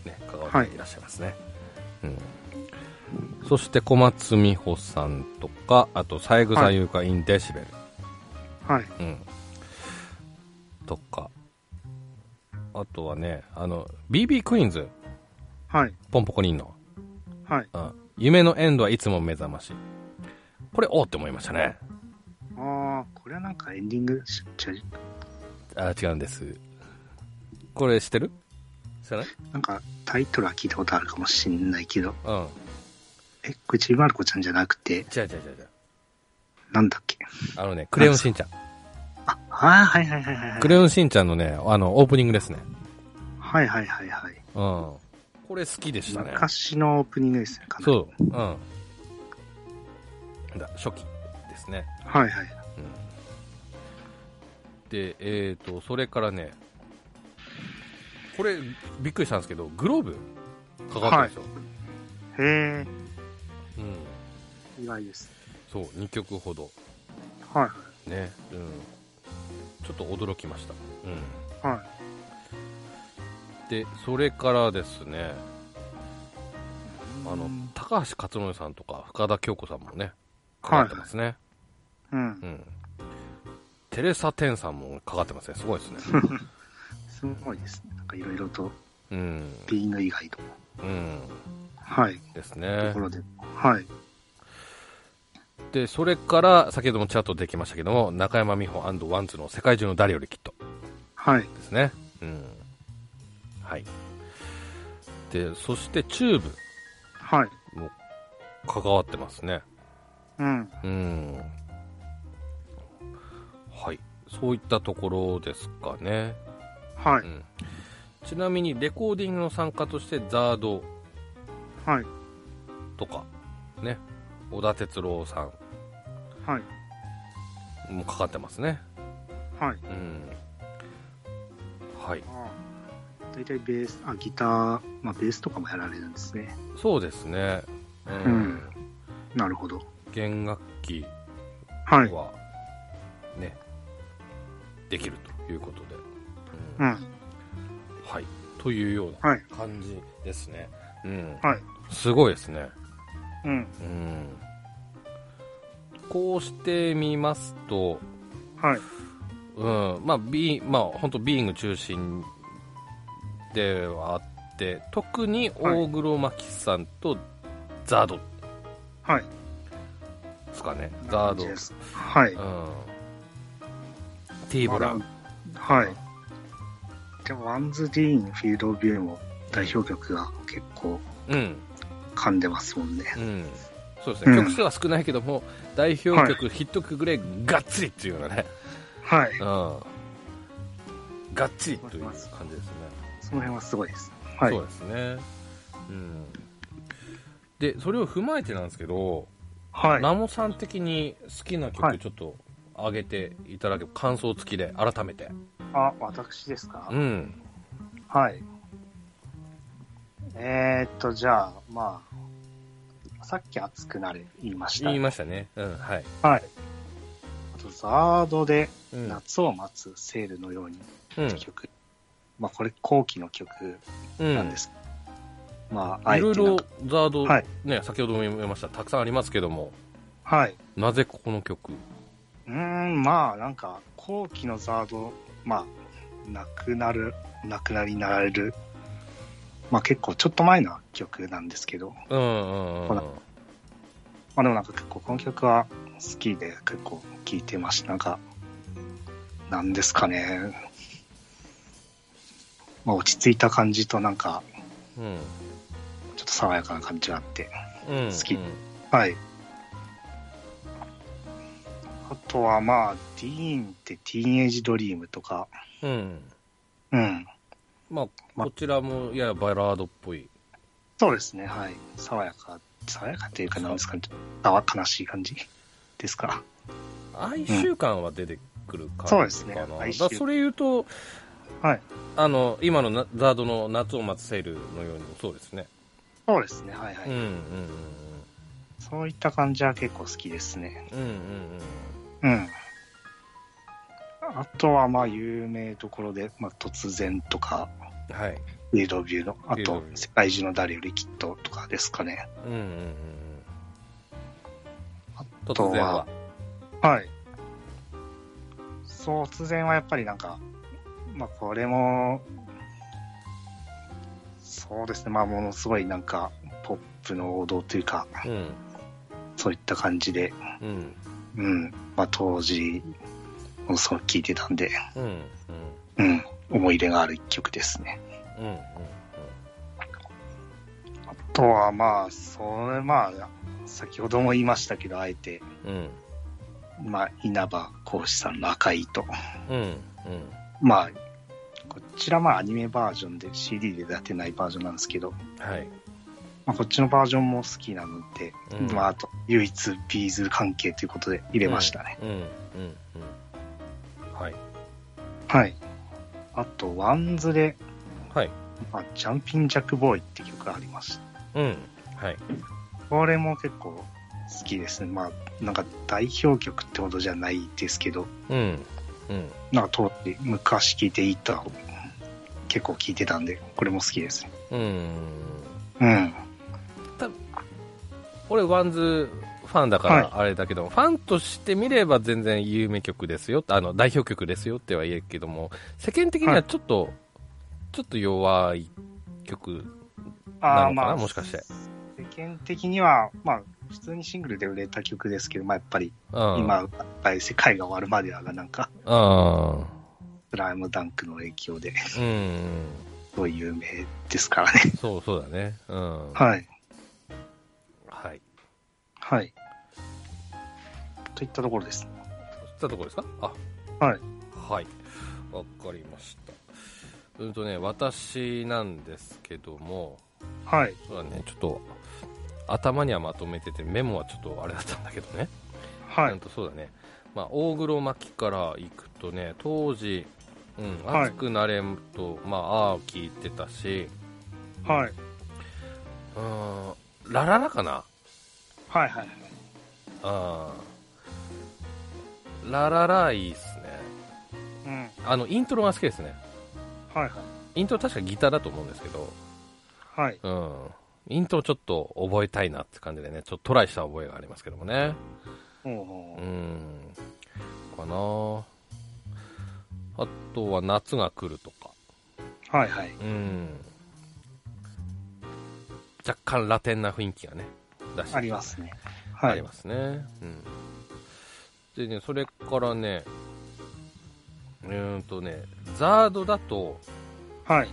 [SPEAKER 1] ね、関わっていらっしゃいますね。うん。そして小松美穂さんとか、あと、三枝優香インデシベル。
[SPEAKER 2] はい。
[SPEAKER 1] うん。とか。あとはね、あの、BB クイーンズ、
[SPEAKER 2] はい。
[SPEAKER 1] ポンポコリンの。
[SPEAKER 2] はい。
[SPEAKER 1] うん。夢のエンドはいつも目覚まし。これ、おおって思いましたね。
[SPEAKER 2] ああ、これはなんかエンディングしちゃい
[SPEAKER 1] あ、違うんです。これ知ってる知らない
[SPEAKER 2] なんかタイトルは聞いたことあるかもしれないけど、
[SPEAKER 1] うん。
[SPEAKER 2] え、これちびまる子ちゃんじゃなくて、
[SPEAKER 1] 違う違う違う違う。
[SPEAKER 2] なんだっけ
[SPEAKER 1] あのね、クレヨンしんちゃん。
[SPEAKER 2] あ、ああ、はいはいはいはいはい。
[SPEAKER 1] クレヨンしんちゃんのね、あの、オープニングですね。
[SPEAKER 2] はいはいはいはい。
[SPEAKER 1] うん。これ好きでしたね。
[SPEAKER 2] 昔のオープニングですね、かなり
[SPEAKER 1] そう。うん。だ初期ですね。
[SPEAKER 2] はいはい。
[SPEAKER 1] で、えっ、と、それからね、これ、びっくりしたんですけど、グローブかかったんですよ。
[SPEAKER 2] へ
[SPEAKER 1] うん。
[SPEAKER 2] え、意外です。
[SPEAKER 1] そう、2曲ほど。
[SPEAKER 2] はい
[SPEAKER 1] ね。うん。ちょっと驚きました。うん。
[SPEAKER 2] はい。
[SPEAKER 1] で、それからですね、あ
[SPEAKER 2] う
[SPEAKER 1] の
[SPEAKER 2] ん、
[SPEAKER 1] 高橋克典さんとか、深田恭子さんもね、かかってますね。
[SPEAKER 2] うん
[SPEAKER 1] う。ん。テレサ・テンさんもかかってますね。すごい
[SPEAKER 2] (laughs)
[SPEAKER 1] ですね。
[SPEAKER 2] すごいですね。なんかいろいろと、
[SPEAKER 1] うん。
[SPEAKER 2] ビーング以外とも。
[SPEAKER 1] うん。
[SPEAKER 2] はい。
[SPEAKER 1] です
[SPEAKER 2] と
[SPEAKER 1] ね
[SPEAKER 2] こ。ろで。はい。
[SPEAKER 1] で、それから、先ほどもチャットできましたけども、中山美穂ワンズの世界中の誰よりきっと
[SPEAKER 2] はい。
[SPEAKER 1] ですね。うん。はい。で、そしてチューブ
[SPEAKER 2] はい。
[SPEAKER 1] も関わってますね。
[SPEAKER 2] うん。
[SPEAKER 1] うん。はい。そういったところですかね。
[SPEAKER 2] は
[SPEAKER 1] う
[SPEAKER 2] い。
[SPEAKER 1] ん。ちなみに、レコーディングの参加として、ザード、
[SPEAKER 2] はい。
[SPEAKER 1] とか、ね、小田哲郎さ
[SPEAKER 2] はい。
[SPEAKER 1] んもかかってますね。
[SPEAKER 2] はい。
[SPEAKER 1] うん。はい。
[SPEAKER 2] ああ大体ベース、あ、ギター、まあベースとかもやられるんですね。
[SPEAKER 1] そうですね。うん。
[SPEAKER 2] うんなるほど。
[SPEAKER 1] 弦楽器
[SPEAKER 2] はい。
[SPEAKER 1] は、ね、できるということで。
[SPEAKER 2] う。
[SPEAKER 1] うんはい。というよう
[SPEAKER 2] はい。
[SPEAKER 1] な感じですね。うん。
[SPEAKER 2] はい。
[SPEAKER 1] すごいですね。
[SPEAKER 2] うん。
[SPEAKER 1] うん。こうしてみますと、
[SPEAKER 2] はい。
[SPEAKER 1] うん、まあ、ビー、まあ、本当ビーイング中心ではあって、特に大黒摩季さんとザードで
[SPEAKER 2] はい。
[SPEAKER 1] すかね、ザード、
[SPEAKER 2] で
[SPEAKER 1] う
[SPEAKER 2] すはい。
[SPEAKER 1] ん、ティーボラ、
[SPEAKER 2] はい。でも、ワンズ・ディーン、フィールド・オブビューも代表曲が結構
[SPEAKER 1] うん、
[SPEAKER 2] 噛んでますもんね。
[SPEAKER 1] うん、そうですね、
[SPEAKER 2] うん
[SPEAKER 1] 曲数は少ないけども、代表曲、ヒット曲ぐらいがっつりっていうようなね、
[SPEAKER 2] はい。
[SPEAKER 1] うん、がっつりという感じですね。
[SPEAKER 2] その辺はすごいです。はい。
[SPEAKER 1] そう
[SPEAKER 2] はい。
[SPEAKER 1] ですね。うん。で、それを踏まえてなんですけど、ナモさん的に好きな
[SPEAKER 2] は
[SPEAKER 1] 曲
[SPEAKER 2] い
[SPEAKER 1] ちょっと上げていただけ、感想付きで改めて
[SPEAKER 2] あ、私ですか
[SPEAKER 1] うん
[SPEAKER 2] はい。えー、っと、じゃあ、まあ、さっき熱くなれ言いました。
[SPEAKER 1] 言いましたねうんはい、
[SPEAKER 2] はい。あと、ザードで
[SPEAKER 1] うん
[SPEAKER 2] 夏を待つセールのように
[SPEAKER 1] うん
[SPEAKER 2] って曲。まあ、これ後期の曲
[SPEAKER 1] うん
[SPEAKER 2] なんです。まあ、あ
[SPEAKER 1] い
[SPEAKER 2] え
[SPEAKER 1] ろ
[SPEAKER 2] て
[SPEAKER 1] い
[SPEAKER 2] な
[SPEAKER 1] ろ
[SPEAKER 2] んか
[SPEAKER 1] ザード、
[SPEAKER 2] はい
[SPEAKER 1] ね先ほども言いましたたくさんありますけども
[SPEAKER 2] はい。
[SPEAKER 1] なぜこの曲
[SPEAKER 2] うーん、まあ、なんか、後期のザード、まあ、なくなる、なくなりになられる。まあ、結構ちょっと前の曲なんですけど。
[SPEAKER 1] うんうんう
[SPEAKER 2] ほ
[SPEAKER 1] ん
[SPEAKER 2] らまあでもなんか結構この曲は好きで結構聴いてました。なんか、なんですかね。まあ落ち着いた感じとなんか、
[SPEAKER 1] うん
[SPEAKER 2] ちょっと爽やかな感じがあって。
[SPEAKER 1] うん
[SPEAKER 2] 好き
[SPEAKER 1] うん
[SPEAKER 2] はい。あとはまあ、ディーンってティーンエイジドリームとか、
[SPEAKER 1] うん
[SPEAKER 2] うん。
[SPEAKER 1] まあ
[SPEAKER 2] ま
[SPEAKER 1] こちらもややバラードっぽい
[SPEAKER 2] そうですね、はい。爽やか、爽やかっていうかなんですかね。あわ悲しい感じですか。
[SPEAKER 1] 哀愁感は出てくる感じかな、
[SPEAKER 2] そうですね
[SPEAKER 1] だから
[SPEAKER 2] 哀愁
[SPEAKER 1] それ言うと
[SPEAKER 2] はい。
[SPEAKER 1] あの今のなザードの夏を待つセールのようにもそうですね
[SPEAKER 2] そうですね、はいは
[SPEAKER 1] う
[SPEAKER 2] い。
[SPEAKER 1] んうんうん
[SPEAKER 2] そういった感じは結構好きですね。
[SPEAKER 1] うんうんうん
[SPEAKER 2] うん。あとは、まあ、有名どころで、まあ、突然とか、
[SPEAKER 1] うんはい
[SPEAKER 2] ウィードビューの、あ
[SPEAKER 1] ウィード
[SPEAKER 2] と
[SPEAKER 1] ビュ、ー
[SPEAKER 2] 世界中の誰よりきっととかですかね。
[SPEAKER 1] うんうんうんうん
[SPEAKER 2] あと
[SPEAKER 1] 突然は
[SPEAKER 2] はい。そう、突然はやっぱりなんか、まあ、これも、そうですね、まあ、ものすごいなんか、ポップの王道というか、
[SPEAKER 1] うん
[SPEAKER 2] そういった感じで、
[SPEAKER 1] うん
[SPEAKER 2] うん、まあ、当時、ものすごく聴いてたんで、
[SPEAKER 1] うんうん
[SPEAKER 2] うん、思い入れがある一曲ですね。
[SPEAKER 1] うんうん
[SPEAKER 2] あとはまあ、それまあ、先ほども言いましたけど、あえて、
[SPEAKER 1] うん
[SPEAKER 2] まあ、稲葉講師さんの赤い糸。
[SPEAKER 1] うんうん
[SPEAKER 2] まあ、こちらまあアニメバージョンで CD で出てないバージョンなんですけど、
[SPEAKER 1] はい、
[SPEAKER 2] まあ、こっちのバージョンも好きなので、
[SPEAKER 1] うん
[SPEAKER 2] まあ、あと唯一ビーズ関係ということで入れましたね。
[SPEAKER 1] うんうんうんはい
[SPEAKER 2] はい。あと、ワンズで、
[SPEAKER 1] はい
[SPEAKER 2] まあ、ジャンピンジャックボーイって曲があります。
[SPEAKER 1] うんはい
[SPEAKER 2] これも結構好きですね。まあ、なんか代表曲ってほどじゃないですけど、
[SPEAKER 1] うんうん
[SPEAKER 2] なんか当時昔聴いていた、結構聴いてたんで、これも好きです。
[SPEAKER 1] うん
[SPEAKER 2] うん。
[SPEAKER 1] 俺ワンズファンだか
[SPEAKER 2] はい
[SPEAKER 1] らあれだけど、ファンとして見れば全然有名曲ですよあの代表曲ですよっては言えるけども世間的にはちょっと、ちょっと弱い曲なのかなもしかして。
[SPEAKER 2] 世間的には、まあ、普通にシングルで売れた曲ですけど、まあ、やっぱり、
[SPEAKER 1] うん
[SPEAKER 2] 今、やっぱり世界が終わるまではが、なんか、
[SPEAKER 1] うん
[SPEAKER 2] スライムダンクの影響で、す
[SPEAKER 1] うん
[SPEAKER 2] ごい有名ですからね。
[SPEAKER 1] そうそうだねうん
[SPEAKER 2] (laughs) はい。
[SPEAKER 1] はい
[SPEAKER 2] はい。といったところです。
[SPEAKER 1] そったところですかあ
[SPEAKER 2] はい
[SPEAKER 1] はいわかりましたうんとね私なんですけども
[SPEAKER 2] はい。
[SPEAKER 1] そうだねちょっと頭にはまとめててメモはちょっとあれだったんだけどね
[SPEAKER 2] は
[SPEAKER 1] なん
[SPEAKER 2] い。
[SPEAKER 1] とそうだね、まあ、大黒摩季から行くとね当時、うん、
[SPEAKER 2] はい
[SPEAKER 1] 熱くなれんと、まああー聞いてたし
[SPEAKER 2] はい。
[SPEAKER 1] うーんラララかな
[SPEAKER 2] はい。はい。
[SPEAKER 1] あーラララいいっすね
[SPEAKER 2] うん。
[SPEAKER 1] あのイントロが好きですね
[SPEAKER 2] はい。
[SPEAKER 1] イントロ確かギターだと思うんですけど
[SPEAKER 2] はい。
[SPEAKER 1] うんイントロちょっと覚えたいなって感じでねちょっとトライした覚えがありますけどもね
[SPEAKER 2] お
[SPEAKER 1] う
[SPEAKER 2] お。
[SPEAKER 1] んかなあとは夏が来るとか
[SPEAKER 2] はい。はい。
[SPEAKER 1] うん若干ラテンな雰囲気がね出して
[SPEAKER 2] ありますね。
[SPEAKER 1] あ
[SPEAKER 2] は
[SPEAKER 1] り
[SPEAKER 2] い。
[SPEAKER 1] ますね、うんでねそれからねうーんとねザードだと
[SPEAKER 2] はい。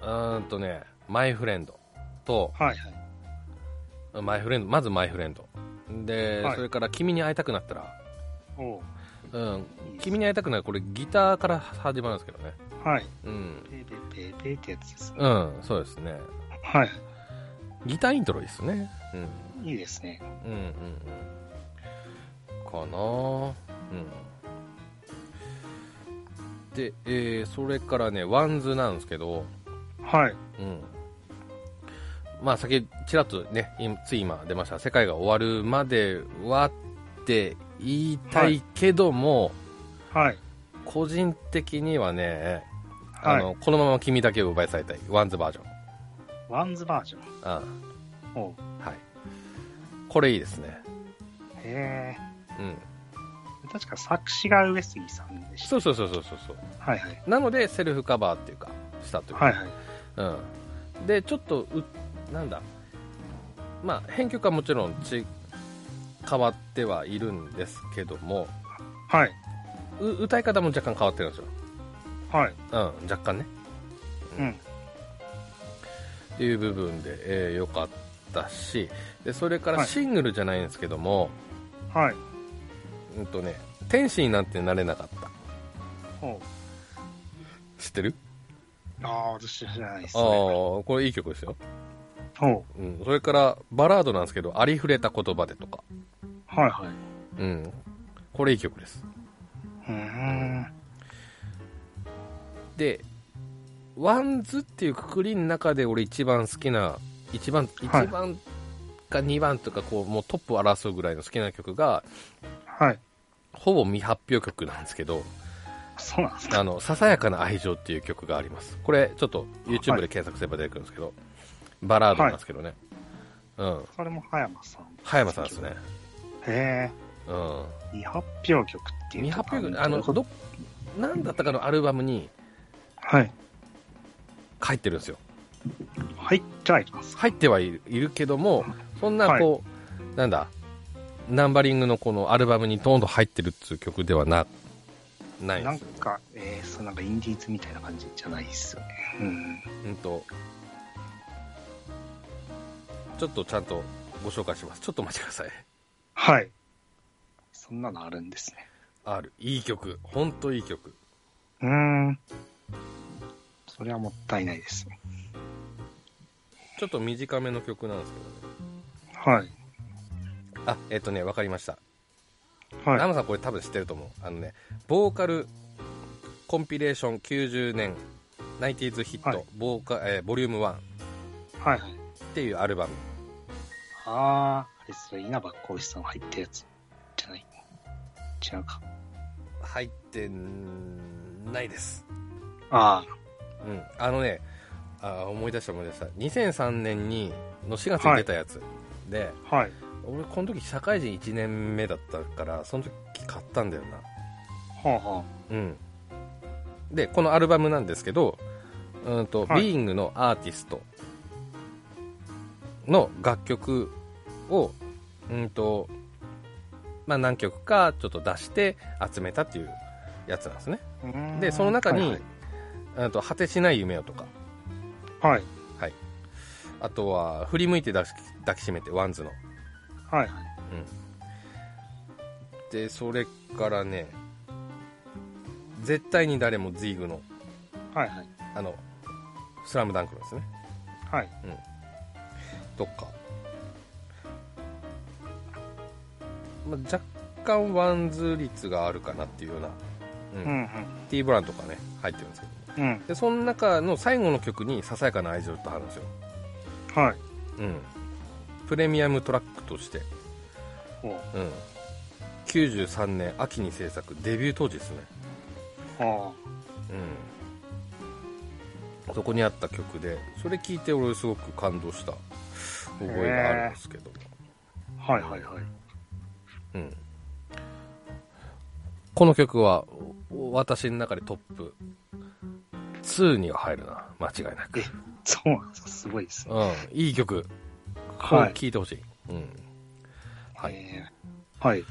[SPEAKER 1] うーんとねマイフレンドと
[SPEAKER 2] はい。
[SPEAKER 1] マイフレンドまずマイフレンドで、
[SPEAKER 2] はい
[SPEAKER 1] それから「君に会いたくなったら」
[SPEAKER 2] おお。
[SPEAKER 1] うん「君に会いたくなる」これギターから始まるんですけどね
[SPEAKER 2] はい。
[SPEAKER 1] うん、
[SPEAKER 2] ペーペーペーペーってやつですね。
[SPEAKER 1] うん、そうですね
[SPEAKER 2] はい。
[SPEAKER 1] ギターイントロいいですねうん
[SPEAKER 2] いいですね。
[SPEAKER 1] うんうんうんかなうんで、えーそれからねワンズなんですけど
[SPEAKER 2] はい。
[SPEAKER 1] うんまあ先ちらっとね今つい今出ました世界が終わるまではって言いたいけども、
[SPEAKER 2] はい。
[SPEAKER 1] 個人的にはねあ
[SPEAKER 2] はい。
[SPEAKER 1] の、このまま君だけを奪い去りたいワンズバージョン
[SPEAKER 2] ワンズバージョン。
[SPEAKER 1] あ
[SPEAKER 2] おお。
[SPEAKER 1] はいこれいいですね
[SPEAKER 2] へえ。
[SPEAKER 1] うん
[SPEAKER 2] 確か作詞が上杉さんでし
[SPEAKER 1] そうそうそうそうそうそう
[SPEAKER 2] た。はいはい。
[SPEAKER 1] なのでセルフカバーっていうかしたというか、
[SPEAKER 2] はいはい。
[SPEAKER 1] うん、でちょっとうなんだまあ編曲はもちろんち変わってはいるんですけども
[SPEAKER 2] はい。
[SPEAKER 1] う歌い方も若干変わってるんですよ、
[SPEAKER 2] はい。
[SPEAKER 1] うん、若干ね
[SPEAKER 2] うん。
[SPEAKER 1] っていう部分で良、えー良かったしでそれから
[SPEAKER 2] はい
[SPEAKER 1] シングルじゃないんですけども、
[SPEAKER 2] はい。
[SPEAKER 1] うんとね、天使になんてなれなかった
[SPEAKER 2] おう
[SPEAKER 1] 知ってる
[SPEAKER 2] ああ、私知らないです
[SPEAKER 1] ああ
[SPEAKER 2] ね。
[SPEAKER 1] ーこれいい曲ですよ、
[SPEAKER 2] おう
[SPEAKER 1] うん、それからバラードなんですけど「ありふれた言葉で」とか、
[SPEAKER 2] はいはい。
[SPEAKER 1] うん、これいい曲です
[SPEAKER 2] うーん。
[SPEAKER 1] でワンズっていうくくりの中で俺一番好きな一番一
[SPEAKER 2] はい
[SPEAKER 1] 番か2番とかこうもうトップを争うぐらいの好きな曲が
[SPEAKER 2] はい。
[SPEAKER 1] ほぼ未発表曲なんですけど
[SPEAKER 2] そうなんです
[SPEAKER 1] あ
[SPEAKER 2] か。
[SPEAKER 1] の「ささやかな愛情」っていう曲がありますこれちょっと YouTube
[SPEAKER 2] はい
[SPEAKER 1] で検索すれば出てくるんですけど、バラードなんですけどね、うん
[SPEAKER 2] それも葉山さん。
[SPEAKER 1] 葉山さんですね。
[SPEAKER 2] へえ。
[SPEAKER 1] うん
[SPEAKER 2] 未発表曲ってい
[SPEAKER 1] 未
[SPEAKER 2] うの
[SPEAKER 1] 発表曲
[SPEAKER 2] は
[SPEAKER 1] あの
[SPEAKER 2] どういうこと
[SPEAKER 1] ど何だったかのアルバムに
[SPEAKER 2] はい。
[SPEAKER 1] 入ってるんですよ
[SPEAKER 2] はい。じゃあいきます。
[SPEAKER 1] 入ってはいるいるけども、そんなこう、なんだ、ナンバリングのこのアルバムにどんどん入ってるっていう曲ではな、ないん
[SPEAKER 2] な
[SPEAKER 1] で
[SPEAKER 2] ん
[SPEAKER 1] すよ。
[SPEAKER 2] か、えー、そうなんかインディーズみたいな感じじゃないっすよね。うん。
[SPEAKER 1] うんと、ちょっとちゃんとご紹介します。ちょっとお待ちください。
[SPEAKER 2] はい。そんなのあるんですね。
[SPEAKER 1] ある。いい曲。ほんといい曲。
[SPEAKER 2] うーん。それはもったいないですね。
[SPEAKER 1] ちょっと短めの曲なんですけどね。
[SPEAKER 2] はい。
[SPEAKER 1] あ、えっ、とね、わかりました。ナ
[SPEAKER 2] はい。
[SPEAKER 1] ムさんこれ多分知ってると思う。あのね、ボーカルコンピレーション90年、ナイティーズヒット、
[SPEAKER 2] はい
[SPEAKER 1] ボーカえーボリューム1っ
[SPEAKER 2] はい。
[SPEAKER 1] ていうアルバム。
[SPEAKER 2] ああ、あれそれ稲葉浩志さん入ったやつじゃない。違うか。
[SPEAKER 1] 入ってんないです。
[SPEAKER 2] あ
[SPEAKER 1] うん。あのね、あー思い出した思い出した。2003年に、の4月に出たやつ。で、
[SPEAKER 2] あ、はい。
[SPEAKER 1] 俺この時社会人1年目だったから、その時買ったんだよな。
[SPEAKER 2] はあは
[SPEAKER 1] うん、でこのアルバムなんですけど「うんと
[SPEAKER 2] はい
[SPEAKER 1] ビーイングのアーティストの楽曲を、うんとまあ、何曲かちょっと出して集めたっていうやつなんですね、
[SPEAKER 2] あうーん。
[SPEAKER 1] でその中に、
[SPEAKER 2] はい
[SPEAKER 1] うんと「果てしない夢を」とか
[SPEAKER 2] はい。
[SPEAKER 1] あとは「振り向いて抱き抱きしめて」ワンズの
[SPEAKER 2] はい。はい。
[SPEAKER 1] でそれからね絶対に誰もズイグの
[SPEAKER 2] はい。はい。
[SPEAKER 1] あのスラムダンクのですね
[SPEAKER 2] はい。
[SPEAKER 1] とか、まあ、若干ワンズ率があるかなっていうような、うん
[SPEAKER 2] うん
[SPEAKER 1] T ブランドとかね入ってるんですけど
[SPEAKER 2] うん。うん。
[SPEAKER 1] でその中の最後の曲にささやかな愛情ってあるんですよ、
[SPEAKER 2] はい。
[SPEAKER 1] うん、プレミアムトラックとして、
[SPEAKER 2] おう
[SPEAKER 1] うん、93年秋に制作デビュー当時ですね、
[SPEAKER 2] あ
[SPEAKER 1] うん、そこにあった曲でそれ聞いて俺すごく感動した覚えがあるんですけど、
[SPEAKER 2] あ。はいはいはい。
[SPEAKER 1] うん、この曲はお私の中でトップ2には入るな間違いなく
[SPEAKER 2] え、そうなんですか。すごいですね。
[SPEAKER 1] うん、いい曲こ
[SPEAKER 2] は
[SPEAKER 1] れ
[SPEAKER 2] い。
[SPEAKER 1] 聴いてほしい、うんはい
[SPEAKER 2] えーはい。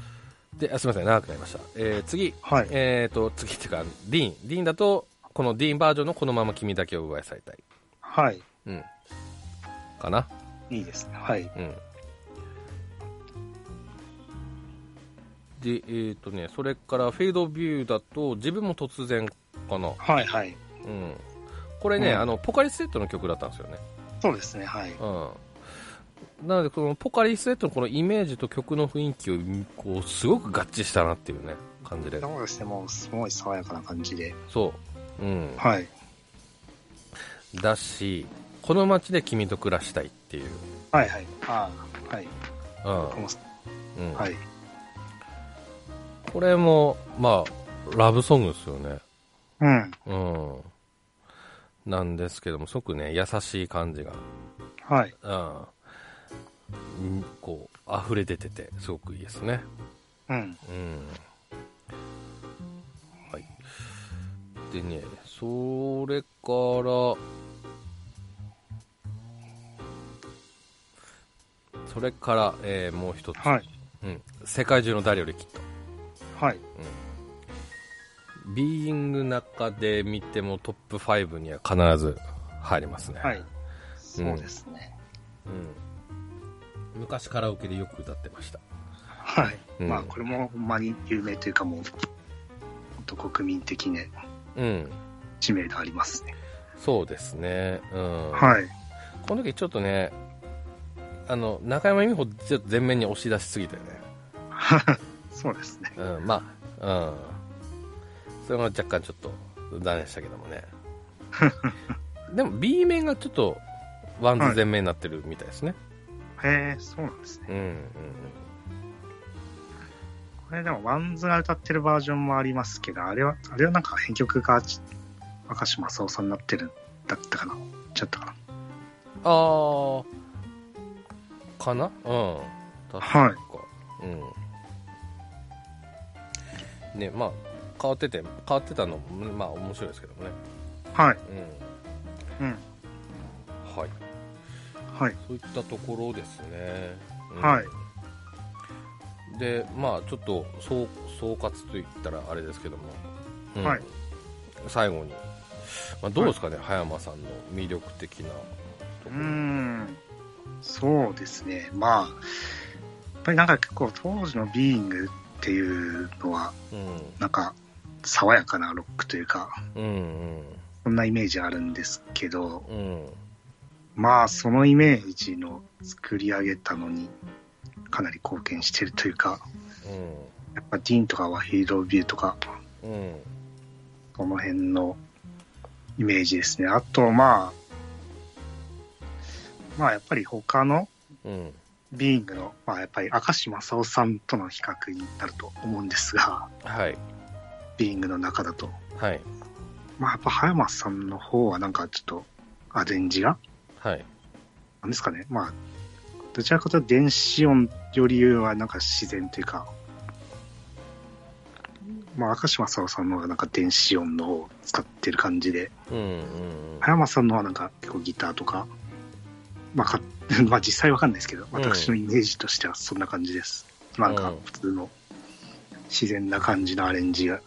[SPEAKER 1] であすみません長くなりました、えー次
[SPEAKER 2] はい。
[SPEAKER 1] えー、と次っていうかディーンディーンだとこのディーンバージョンの「このまま君だけを奪い去りたい
[SPEAKER 2] はい。」
[SPEAKER 1] うんかない
[SPEAKER 2] いですね。はい。
[SPEAKER 1] うんでえっ、とねそれからフェードビューだと自分も突然かな
[SPEAKER 2] はいはい。
[SPEAKER 1] うん、これね、
[SPEAKER 2] うん
[SPEAKER 1] あのポカリスエットの曲だったんですよね、
[SPEAKER 2] そうですね。はい。
[SPEAKER 1] うん、なのでこのポカリスエットのこのイメージと曲の雰囲気をこうすごく合致したなっていうね感じで
[SPEAKER 2] そうですね。もう、すごい爽やかな感じで。
[SPEAKER 1] そう、うん、
[SPEAKER 2] はい。
[SPEAKER 1] だしこの街で君と暮らしたいっていう、
[SPEAKER 2] はいはい。ああ。はい。
[SPEAKER 1] うん
[SPEAKER 2] 僕も
[SPEAKER 1] うん
[SPEAKER 2] はい。
[SPEAKER 1] これもまあラブソングですよね
[SPEAKER 2] うん。
[SPEAKER 1] うんなんですけどもすごくね優しい感じが
[SPEAKER 2] はい。
[SPEAKER 1] うんんこう溢れ出ててすごくいいですね
[SPEAKER 2] うん。
[SPEAKER 1] うんはい、でね、それから、それから、えーもう一つ、
[SPEAKER 2] はい。
[SPEAKER 1] うん、世界中の誰よりきっと、
[SPEAKER 2] はい。
[SPEAKER 1] うん、ビーイング中で見てもトップ5には必ず入りますね、
[SPEAKER 2] はい。そうですね。
[SPEAKER 1] うん、昔カラオケでよく歌ってました、
[SPEAKER 2] はい。
[SPEAKER 1] うん
[SPEAKER 2] まあ、これもほんまに有名というか、もう、本当国民的ね、
[SPEAKER 1] うん、
[SPEAKER 2] 知名度ありますね。
[SPEAKER 1] そうですね、うん
[SPEAKER 2] はい。
[SPEAKER 1] この時ちょっとねあの中山美穂ちょっと前面に押し出しすぎたよね、
[SPEAKER 2] そうですね。
[SPEAKER 1] うん、まあ、うん、それが若干ちょっと断念したけど (laughs) もねでも B 面がちょっとワンズ前面になってるみたいですね、
[SPEAKER 2] へえ、そうなんですね。
[SPEAKER 1] うんうんうん
[SPEAKER 2] これでも、ワンズが歌ってるバージョンもありますけど、あれは、あれはなんか編曲がち若島正夫さんになってるんだったかな。ちゃったかな。
[SPEAKER 1] ああかなうん確か、
[SPEAKER 2] はい
[SPEAKER 1] うんねまあ変わってて変わってたのもまあ面白いですけどもね
[SPEAKER 2] はい。
[SPEAKER 1] う
[SPEAKER 2] うん。
[SPEAKER 1] んはい
[SPEAKER 2] はい。
[SPEAKER 1] そういったところですね。うん
[SPEAKER 2] はい。
[SPEAKER 1] で、まあ、ちょっと総総括といったらあれですけども、うん
[SPEAKER 2] はい
[SPEAKER 1] 最後に、まあ、どうですかね、葉山さんの魅力的なと
[SPEAKER 2] う
[SPEAKER 1] こ
[SPEAKER 2] ー
[SPEAKER 1] ろ。
[SPEAKER 2] ん。そうですね。まあ、ぱりなんか結構当時のビーイングっていうのは、
[SPEAKER 1] うん。
[SPEAKER 2] なんか爽やかなロックというか、
[SPEAKER 1] うん
[SPEAKER 2] そんなイメージあるんですけど、
[SPEAKER 1] うん。うん。
[SPEAKER 2] まあそのイメージの作り上げたのにかなり貢献してるというか、やっぱディーンとかワヒーロービューとか、
[SPEAKER 1] うん。うん。
[SPEAKER 2] この辺のイメージですね。あと、まあ、まあ、やっぱり他の
[SPEAKER 1] うん。
[SPEAKER 2] ビーイングの、まあ、やっぱり明石正夫さんとの比較になると思うんですが、
[SPEAKER 1] はい。
[SPEAKER 2] ビーイングの中だと。
[SPEAKER 1] はい。
[SPEAKER 2] まあ、やっぱ葉山さんの方はなんかちょっとアレンジが、
[SPEAKER 1] はい。
[SPEAKER 2] なんですかね、まあ、どちらかというと電子音よりはなんか自然というか、まあ、明石正夫さんの方がなんか電子音の方を使ってる感じで、
[SPEAKER 1] うんうん。
[SPEAKER 2] 葉山さんのはなんか結構ギターとか、まあ、か (laughs) まあ実際わかんないですけど、私のイメージとしてはそんな感じです。なんか普通の自然な感じのアレンジが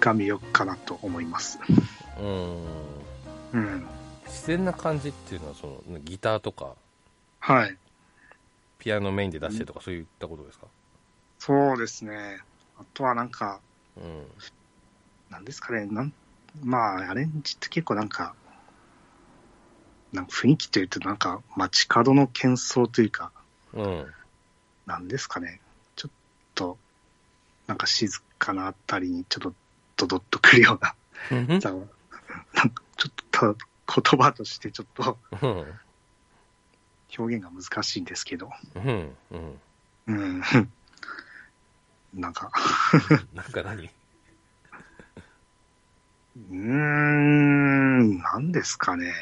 [SPEAKER 2] が魅力かなと思います。
[SPEAKER 1] うん。
[SPEAKER 2] うん。
[SPEAKER 1] 自然な感じっていうのは、その、ギターとか、
[SPEAKER 2] はい。
[SPEAKER 1] ピアノメインで出してとか、そういったことですか
[SPEAKER 2] そうですね。あとはなんか、
[SPEAKER 1] うん。
[SPEAKER 2] なんですかね、なんまあアレンジって結構なんか、なんか雰囲気というとなんか街角の喧騒というか、
[SPEAKER 1] うん。
[SPEAKER 2] なんですかね、ちょっと、なんか静かなあたりにちょっとドドッとくるような、
[SPEAKER 1] うん
[SPEAKER 2] ざわなんかちょっと言葉としてちょっと
[SPEAKER 1] うん。
[SPEAKER 2] 表現が難しいんですけど、
[SPEAKER 1] うん。うん。
[SPEAKER 2] うん、なんか、
[SPEAKER 1] なんか何
[SPEAKER 2] うーん、なんですかね、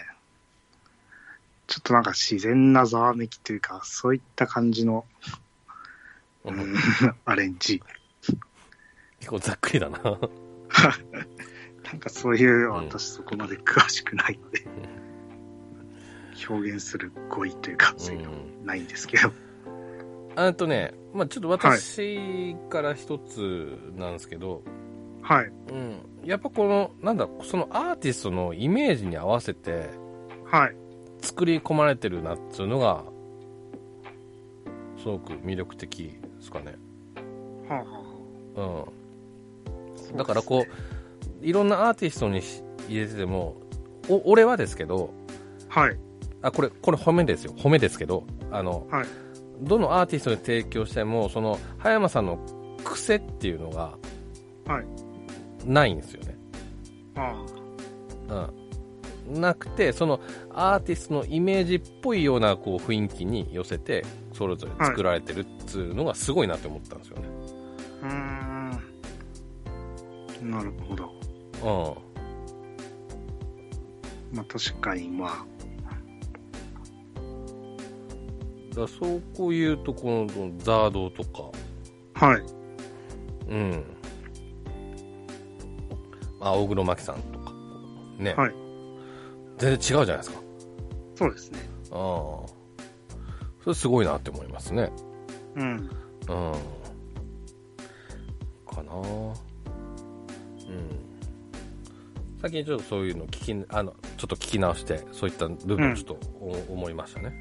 [SPEAKER 2] ちょっとなんか自然なざわめきというか、そういった感じの、
[SPEAKER 1] う
[SPEAKER 2] うんん、 (laughs) アレンジ、
[SPEAKER 1] 結構ざっくりだな。
[SPEAKER 2] なんかそういう、
[SPEAKER 1] うん
[SPEAKER 2] 私そこまで詳しくないので、表現する語彙というか、そういうのないんですけど。
[SPEAKER 1] あとね、まあちょっと私から一つなんですけど、
[SPEAKER 2] はい、
[SPEAKER 1] うん。やっぱこの、なんだ、そのアーティストのイメージに合わせて
[SPEAKER 2] はい、
[SPEAKER 1] 作り込まれてるなっていうのが、すごく魅力的ですかね。
[SPEAKER 2] はあ、はあ
[SPEAKER 1] うん。
[SPEAKER 2] はあ
[SPEAKER 1] だからこう、いろんなアーティストにし入れてても、お俺はですけど、
[SPEAKER 2] う。はい、
[SPEAKER 1] あ、これ、これ褒めですよ。褒めですけど、あの、
[SPEAKER 2] はい、
[SPEAKER 1] どのアーティストに提供しても、その、葉山さんの癖っていうのが、
[SPEAKER 2] はい
[SPEAKER 1] ないんですよね。
[SPEAKER 2] あ
[SPEAKER 1] うん。なくて、その、アーティストのイメージっぽいような、こう、雰囲気に寄せて、それぞれ作られてるっつうのがすごいなって思ったんですよね。
[SPEAKER 2] あ、うーん。なるほど。
[SPEAKER 1] う
[SPEAKER 2] まあ確かに、ま
[SPEAKER 1] ん。だからそうこういうと、この、ザードとか、
[SPEAKER 2] あ、はい、
[SPEAKER 1] うん。まあ、大黒摩季さんとか、ね。
[SPEAKER 2] はい
[SPEAKER 1] 全然違うじゃないですか。
[SPEAKER 2] そうですね。
[SPEAKER 1] ああ。それすごいなって思いますね。
[SPEAKER 2] うん。
[SPEAKER 1] うん。かなうん。最近ちょっとそういうの聞き、あの、ちょっと聞き直して、そういった部分をちょっとお、思いましたね。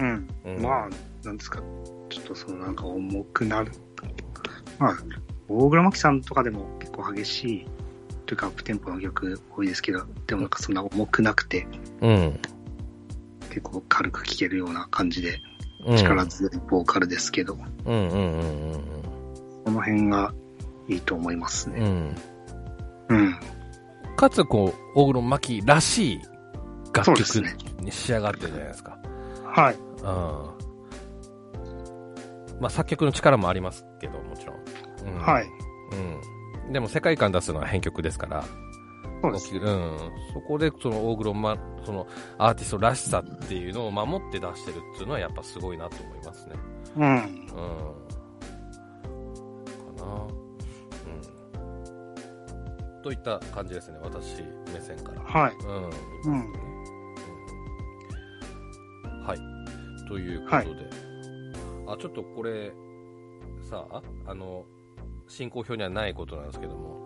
[SPEAKER 2] うん。
[SPEAKER 1] うん
[SPEAKER 2] まあ、なんですか、ちょっとそのなんか重くなる。まあ、大黒摩季さんとかでも結構激しい、というかアップテンポの曲多いですけど、でもなんかそんな重くなくて、
[SPEAKER 1] うん。
[SPEAKER 2] 結構軽く聴けるような感じで、
[SPEAKER 1] うん
[SPEAKER 2] 力強いボーカルですけど、
[SPEAKER 1] うんうんうんうん
[SPEAKER 2] この辺がいいと思います
[SPEAKER 1] うん。う
[SPEAKER 2] ね。
[SPEAKER 1] ん。
[SPEAKER 2] うん。
[SPEAKER 1] かつ、こう、大黒摩季らしい楽曲
[SPEAKER 2] そうです
[SPEAKER 1] に仕上がってるじゃないですか。
[SPEAKER 2] はい。
[SPEAKER 1] うんまあ、作曲の力もありますけど、もちろん。うん
[SPEAKER 2] はい。。
[SPEAKER 1] うん。でも世界観出すのは編曲ですから、
[SPEAKER 2] そうです。
[SPEAKER 1] うん。そこで、その大黒ま、そのアーティストらしさっていうのを守って出してるっていうのはやっぱすごいなと思いますね。
[SPEAKER 2] うん
[SPEAKER 1] うん。。かなうん。といった感じですね、私目線から。
[SPEAKER 2] はい。
[SPEAKER 1] うん。
[SPEAKER 2] うん。
[SPEAKER 1] はい。ということで。あ、ちょっとこれ、さあ、あの、進行表にはないことなんですけども、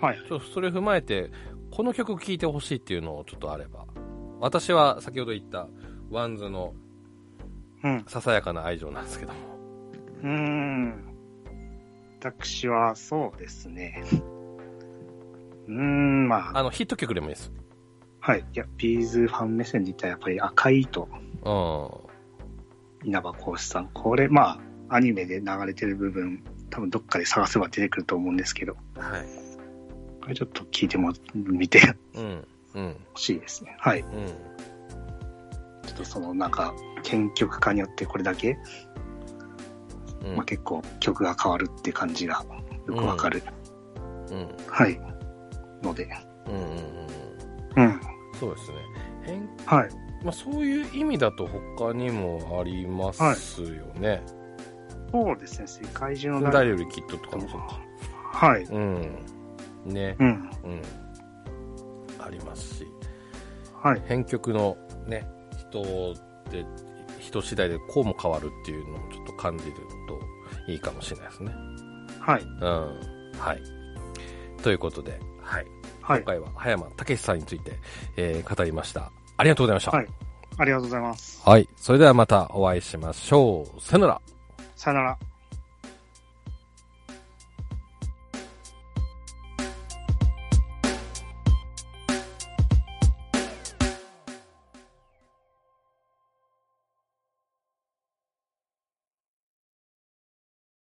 [SPEAKER 2] はい。
[SPEAKER 1] ちょっとそれを踏まえて、この曲聴いてほしいっていうのをちょっとあれば、私は先ほど言った、ワンズの、
[SPEAKER 2] うん。
[SPEAKER 1] ささやかな愛情なんですけども。
[SPEAKER 2] うーん。私は、そうですね。うーん、まあ、
[SPEAKER 1] あの、ヒット曲でもいいです。
[SPEAKER 2] はい。いや、ビーズファン目線で言ったら、やっぱり赤い糸、
[SPEAKER 1] う
[SPEAKER 2] 稲葉浩志さん。これ、まあ、アニメで流れてる部分、多分どっかで探せば出てくると思うんですけど、
[SPEAKER 1] ん。はい。
[SPEAKER 2] これちょっと聞いても、見て
[SPEAKER 1] うん。うん。
[SPEAKER 2] ほしいですね。はい。
[SPEAKER 1] うん。
[SPEAKER 2] ちょっとその、なんか、編曲家によってこれだけ、
[SPEAKER 1] うん。
[SPEAKER 2] まあ結構曲が変わるって感じが、よくわかる。
[SPEAKER 1] うん。
[SPEAKER 2] はい。ので、
[SPEAKER 1] うんうんうん。
[SPEAKER 2] うん。
[SPEAKER 1] そうですね。変
[SPEAKER 2] はい。
[SPEAKER 1] まあ、そういう意味だと他にもありますよね。
[SPEAKER 2] そうですね、世界中の
[SPEAKER 1] 誰よりきっととかもそうか。
[SPEAKER 2] はい。
[SPEAKER 1] うん。ね。
[SPEAKER 2] うん。
[SPEAKER 1] うん。ありますし。
[SPEAKER 2] はい。
[SPEAKER 1] 編曲のね、人で、人次第でこうも変わるっていうのをちょっと感じるといいかもしれないですね。
[SPEAKER 2] はい。
[SPEAKER 1] うん。はい。ということで、はい。
[SPEAKER 2] は
[SPEAKER 1] 今
[SPEAKER 2] い。
[SPEAKER 1] 回は葉山武さんについて、えー語りました。ありがとうございました。
[SPEAKER 2] はいありがとうございます。
[SPEAKER 1] はい。それではまたお会いしましょう。さよなら。
[SPEAKER 2] さよなら。